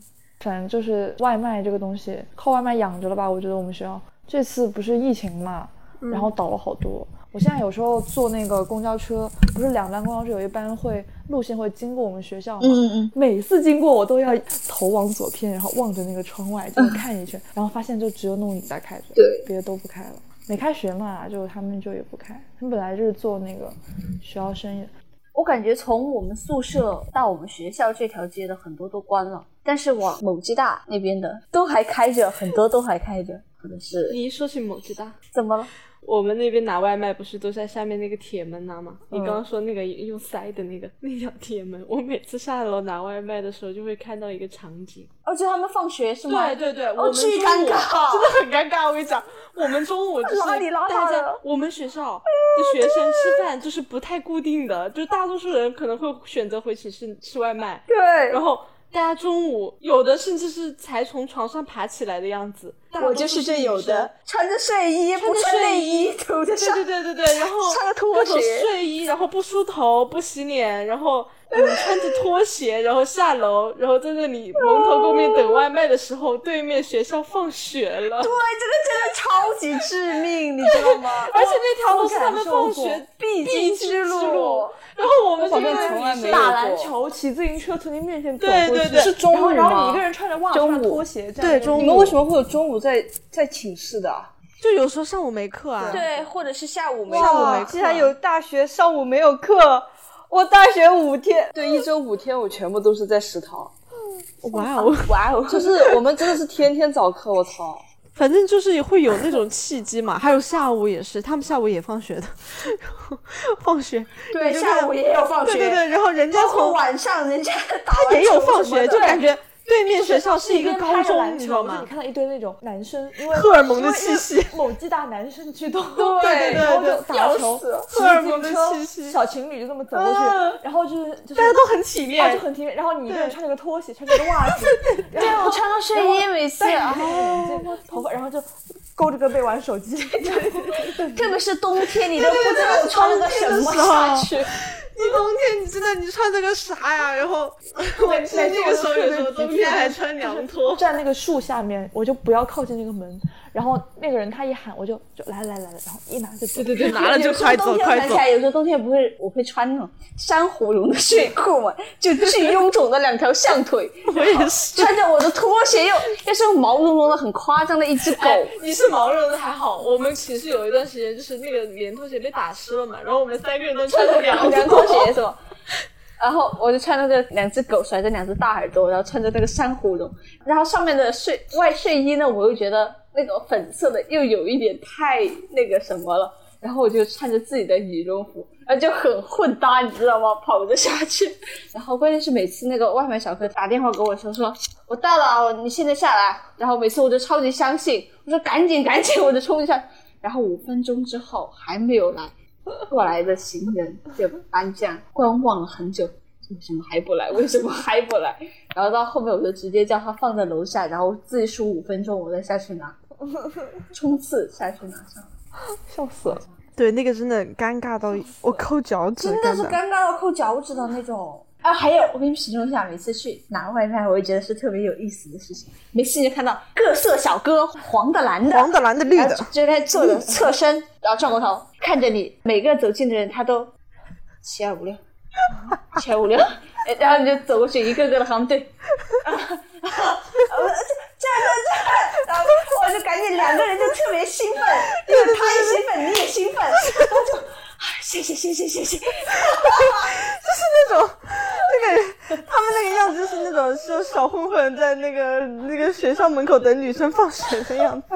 Speaker 1: 反正就是外卖这个东西，靠外卖养着了吧？我觉得我们学校这次不是疫情嘛，
Speaker 3: 嗯
Speaker 1: 然后倒了好多。我现在有时候坐那个公交车，不是两班公交车有一班会路线会经过我们学校嘛，
Speaker 3: 嗯
Speaker 1: 每次经过我都要头往左偏，然后望着那个窗外就是看一圈，然后发现就只有弄影在开着，
Speaker 3: 嗯对，
Speaker 1: 别的都不开了。没开学嘛，就他们就也不开，他们本来就是做那个学校生意的，
Speaker 3: 我感觉从我们宿舍到我们学校这条街的很多都关了，但是往某暨大那边的都还开着，很多都还开着，或者是
Speaker 6: 你一说起某吉大，
Speaker 3: 怎么了？
Speaker 2: 我们那边拿外卖不是都在下面那个铁门拿吗？你
Speaker 1: 嗯
Speaker 2: 刚刚说那个用塞的那个那条铁门，我每次下楼拿外卖的时候就会看到一个场景。
Speaker 3: 哦，就他们放学是吗？
Speaker 2: 对对对，我
Speaker 3: 哦，
Speaker 2: 们
Speaker 3: 巨
Speaker 2: 中
Speaker 3: 尴
Speaker 2: 午
Speaker 3: 尬，
Speaker 2: 真的很尴尬。我跟你讲，我们中午就是
Speaker 3: 邋里邋遢
Speaker 2: 大家
Speaker 3: 的
Speaker 2: 我们学校的学生吃饭就是不太固定的，就是大多数人可能会选择回寝室吃外卖，
Speaker 3: 对
Speaker 2: 然后。大家中午有的甚至是才从床上爬起来的样子，大多
Speaker 4: 我
Speaker 2: 数
Speaker 4: 就是这
Speaker 2: 女
Speaker 4: 有
Speaker 2: 生
Speaker 4: 的，
Speaker 3: 穿着睡衣
Speaker 2: 穿
Speaker 3: 不
Speaker 2: 着
Speaker 3: 穿
Speaker 2: 睡
Speaker 3: 内衣
Speaker 2: 衣，
Speaker 3: 涂着上
Speaker 2: 对对对对对，然后
Speaker 3: 穿着拖
Speaker 2: 各种
Speaker 3: 鞋
Speaker 2: 睡衣，然后不梳头，不洗脸，然后嗯穿着拖鞋，然后下楼，然后在那里蒙头垢面等外卖的时候，对面学校放学了，
Speaker 3: 对，这个真的超级致命，你知道 吗？
Speaker 2: 而且那条路是他
Speaker 1: 我
Speaker 2: 们
Speaker 1: 哦感受
Speaker 2: 放
Speaker 1: 过
Speaker 2: 学
Speaker 3: 必
Speaker 2: 必
Speaker 3: 经
Speaker 2: 经
Speaker 3: 之
Speaker 2: 之
Speaker 3: 路
Speaker 2: 路，然后我们
Speaker 1: 旁
Speaker 2: 这
Speaker 1: 边
Speaker 2: 边
Speaker 1: 从来没有啊打
Speaker 2: 打篮
Speaker 1: 篮
Speaker 2: 球，
Speaker 1: 球、骑自行车从你面前走
Speaker 2: 对
Speaker 1: 过
Speaker 2: 对
Speaker 1: 去
Speaker 2: 对
Speaker 1: 是
Speaker 4: 中
Speaker 1: 然后
Speaker 4: 午
Speaker 1: 然后
Speaker 4: 吗
Speaker 1: 你一个人穿着袜子、
Speaker 4: 中
Speaker 1: 穿着
Speaker 4: 午
Speaker 1: 拖鞋这样，
Speaker 2: 对中
Speaker 4: 你
Speaker 2: 午
Speaker 4: 们为什么会有中午在在寝室的、啊？
Speaker 2: 就有时候上午没课啊，
Speaker 3: 对，或者是下午没
Speaker 4: 上午没课，竟然有大学上午没有课，我大学五天，对，一周五天我全部都是在食堂，
Speaker 2: 哇哦，
Speaker 3: 哇哦，
Speaker 4: 就是我们真的是天天早课，我操！
Speaker 2: 反正就是会有那种契机嘛，还有下午也是，他们下午也放学的，放学，
Speaker 3: 对，下午也有放学，
Speaker 2: 对对对，然后人家
Speaker 3: 包括
Speaker 2: 从
Speaker 3: 晚上人家打
Speaker 2: 他也有放学，就感
Speaker 3: 觉
Speaker 2: 觉对面学校是一个
Speaker 1: 边
Speaker 2: 高
Speaker 1: 拍着
Speaker 2: 中，
Speaker 1: 篮
Speaker 2: 你知
Speaker 1: 球
Speaker 2: 道
Speaker 1: 就是你
Speaker 2: 吗？
Speaker 1: 看到一堆那种男生，因为
Speaker 2: 荷尔蒙的气 息，
Speaker 1: 某几大男生居多，
Speaker 2: 对
Speaker 1: 然后就
Speaker 2: 对
Speaker 1: 打球，
Speaker 2: 荷尔蒙的
Speaker 1: 骑自行
Speaker 2: 气
Speaker 1: 车
Speaker 2: 息，
Speaker 1: 小情侣就这么走过去，然后就是就是
Speaker 2: 嗯大家都很体
Speaker 1: 啊就
Speaker 2: 面，
Speaker 1: 很体面，然后你一个人穿着个拖鞋，穿着个 袜子，对
Speaker 3: 我穿上睡衣每次，啊
Speaker 1: 头发，然后就勾着个背玩手机，
Speaker 3: 特别是冬天，你都不知道我穿了个什么下去。
Speaker 2: 你冬天你真的你穿这个啥呀？然后 我记得那个时候有时候冬天还穿凉拖，
Speaker 1: 站那个树下面，我就不要靠近那个门，然后那个人他一喊，我就就来来来来，然后一拿就走。
Speaker 2: 对对，拿 了就快走
Speaker 3: 冬天
Speaker 2: 快
Speaker 3: 想起
Speaker 2: 走。
Speaker 3: 来，有时候冬天不会，我会穿那种珊瑚绒的睡裤嘛，就巨臃肿的两条象腿，
Speaker 2: 我也是，
Speaker 3: 穿着我的拖鞋又又是毛茸茸的、很夸张的一只狗。
Speaker 2: 你是毛绒的还好，我们寝室有一段时间就是那个棉拖鞋被打湿了嘛，然后我们三个人都穿着凉
Speaker 3: 凉
Speaker 2: 拖
Speaker 3: 拖鞋是吧？然后我就穿那个两只狗甩着两只大耳朵，然后穿着那个珊瑚绒，然后上面的睡外睡衣呢，我又觉得那种粉色的又有一点太那个什么了，然后我就穿着自己的羽绒服，然后就很混搭，你知道吗？跑着下去，然后关键是每次那个外卖小哥打电话给我说说我到了，你现在下来，然后每次我就超级相信，我说赶紧赶紧，我就冲一下，然后五分钟之后还没有来，过来的行人就安这样观望了很久，为什么还不来？为什么还不来？ 然后到后面我就直接叫他放在楼下，然后自己数五分钟，我再下去 拿，冲刺下去拿上。
Speaker 1: 笑死了！
Speaker 2: 对，那个真的尴尬到我抠脚趾，
Speaker 3: 真的是尴尬到抠脚趾的那种。啊，还有，我给你们形容一下，每次去拿外卖，我也觉得是特别有意思的事情。每次你就看到各色小哥，黄的、蓝的、
Speaker 2: 黄的、蓝的、绿
Speaker 3: 然
Speaker 2: 的
Speaker 3: 后，就在坐着侧身，然后转过头看着你，每个走近的人他都七二五六，七二五六，哎然后你就走过去，一个个的行队，啊，啊啊我说这这这这，然后我就赶紧两个人就特别兴奋，因为他也兴奋，你也兴奋，然后就。啊谢谢谢谢谢谢，
Speaker 2: 就是那种那个 他们那个样子，就是那种说小混混在那个那个学校门口等女生放学的 样子。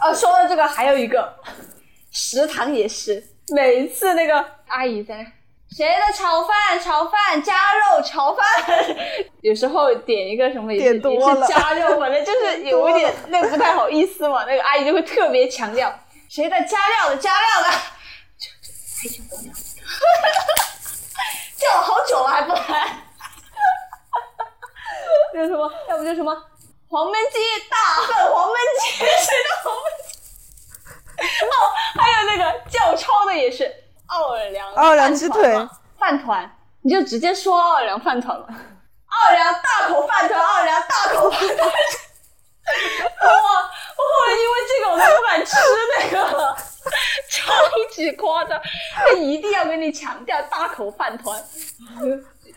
Speaker 3: 哦，说到这个，还有一个食堂也是，每一次那个阿姨在那谁的炒饭，炒饭加肉炒饭， 有时候点一个什么也是
Speaker 2: 点多
Speaker 3: 也是
Speaker 2: 了
Speaker 3: 加肉，反正就是有一点那个不太好意思嘛，那个阿姨就会特别强调谁的加料的加料的， 这这还想多料， 叫了好久了还不来，那什么，要不就什么黄焖鸡大份黄焖鸡， 谁的黄焖鸡？哦，还有那个教超的也是奥尔良
Speaker 2: 奥尔良鸡
Speaker 3: 饭
Speaker 2: 哦
Speaker 3: 团
Speaker 2: 腿
Speaker 3: 嘛饭团，你就直接说奥尔良饭团吧。奥尔良大口饭团，奥尔良大口饭团。我我后来因为这个我都不敢吃那个了， 超级夸张。他一定要跟你强调大口饭团，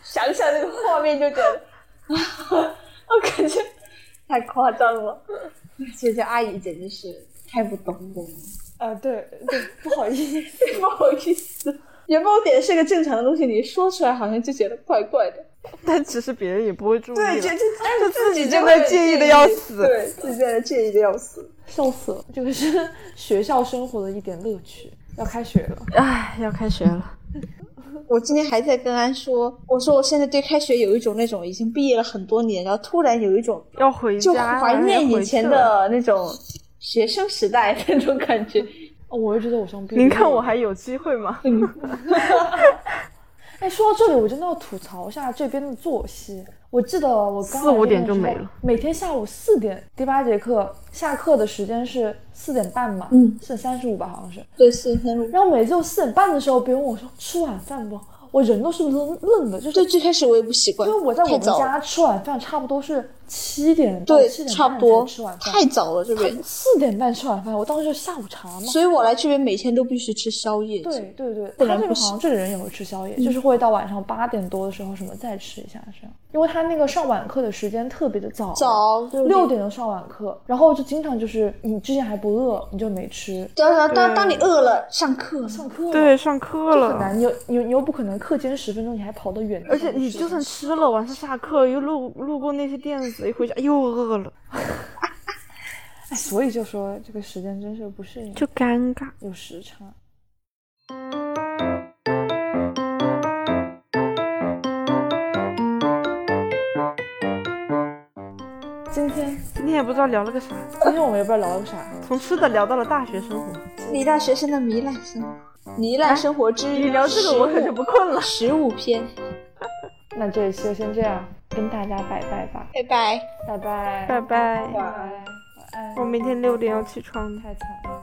Speaker 3: 想想那个画面就觉得， 我感觉太夸张了。这些阿姨简直是太不懂我了，
Speaker 1: 呃啊，对对，不好意思，
Speaker 3: 不好意思。原本我点的是个正常的东西，你说出来好像就觉得怪怪的，
Speaker 2: 但其实别人也不会注意了，
Speaker 7: 对，这这
Speaker 3: 但是自己
Speaker 2: 真
Speaker 3: 就
Speaker 2: 的
Speaker 3: 会
Speaker 2: 介意的要死。
Speaker 7: 对自己在那介意的要死。
Speaker 1: 笑死了，这个是学校生活的一点乐趣。要开学了，
Speaker 2: 唉，哎要开学了，
Speaker 3: 我今天还在跟安说，我说我现在对开学有一种那种已经毕业了很多年，然后突然有一种
Speaker 2: 要回
Speaker 3: 就
Speaker 2: 家了，
Speaker 3: 怀念
Speaker 2: 要回去
Speaker 3: 以前
Speaker 2: 了。
Speaker 3: 的那种学生时代那种感觉。
Speaker 1: 哦我就觉得我上毕业。
Speaker 2: 您看我还有机会吗？
Speaker 1: 哎，说到这里，我真的要吐槽一下这边的作息。我记得我刚
Speaker 2: 四五
Speaker 1: 来这边
Speaker 2: 点
Speaker 1: 的
Speaker 2: 就
Speaker 1: 时
Speaker 2: 没
Speaker 1: 候
Speaker 2: 了，
Speaker 1: 每天下午四点，第八节课下课的时间是四点半嘛，嗯，是三十五吧，好像是。
Speaker 3: 对，是很有。
Speaker 1: 然后每次我四点半的时候，别人问我说吃晚饭不，我人都是愣愣的，就是
Speaker 3: 对，最开始我也不习惯，
Speaker 1: 因为我在我
Speaker 3: 太
Speaker 1: 们
Speaker 3: 早了，
Speaker 1: 家吃晚饭差不多是七点到
Speaker 3: 对，
Speaker 1: 七点
Speaker 3: 差
Speaker 1: 半
Speaker 3: 不多
Speaker 1: 才吃晚，饭，
Speaker 3: 太早了这边。
Speaker 1: 四点半吃晚饭，我当时就下午茶嘛。
Speaker 3: 所以我来这边每天都必须吃宵夜。
Speaker 1: 对，对对，
Speaker 3: 不
Speaker 1: 他
Speaker 3: 然
Speaker 1: 这
Speaker 3: 不嗯
Speaker 1: 个好
Speaker 3: 行
Speaker 1: 像这里人也会吃宵夜，就是会到晚上八点多的时候什么再吃一下这样，因为他那个上晚课的时间特别的早，
Speaker 3: 早
Speaker 1: 六。点就上晚课，然后就经常就是你之前还不饿，你就没吃，
Speaker 3: 对啊，当当你饿了，上课
Speaker 1: 上课了
Speaker 2: 对，上课
Speaker 1: 就很
Speaker 2: 了，
Speaker 1: 难，你又你又你又不可能课间十分钟你还跑得远，
Speaker 2: 而且你就算吃了，晚上下课又路路过那些店子，一回家又饿了，
Speaker 1: 哎，所以就说这个时间真是不适应，
Speaker 2: 就尴尬。
Speaker 1: 有时差。今天，
Speaker 2: 今天也不知道聊了个啥，
Speaker 1: 今天我们也不知道聊了个啥，
Speaker 2: 从吃的聊到了大学生活。
Speaker 3: 李大学生的糜烂生活，糜烂生活之
Speaker 2: 你聊这个我可就不困了。
Speaker 3: 十五篇，
Speaker 1: 那这一期就先这样，跟大家拜拜吧，
Speaker 3: 拜拜。
Speaker 1: 拜拜，
Speaker 2: 拜拜，
Speaker 1: 拜，晚安，
Speaker 2: 我明天六点要起床的。
Speaker 1: 太惨了。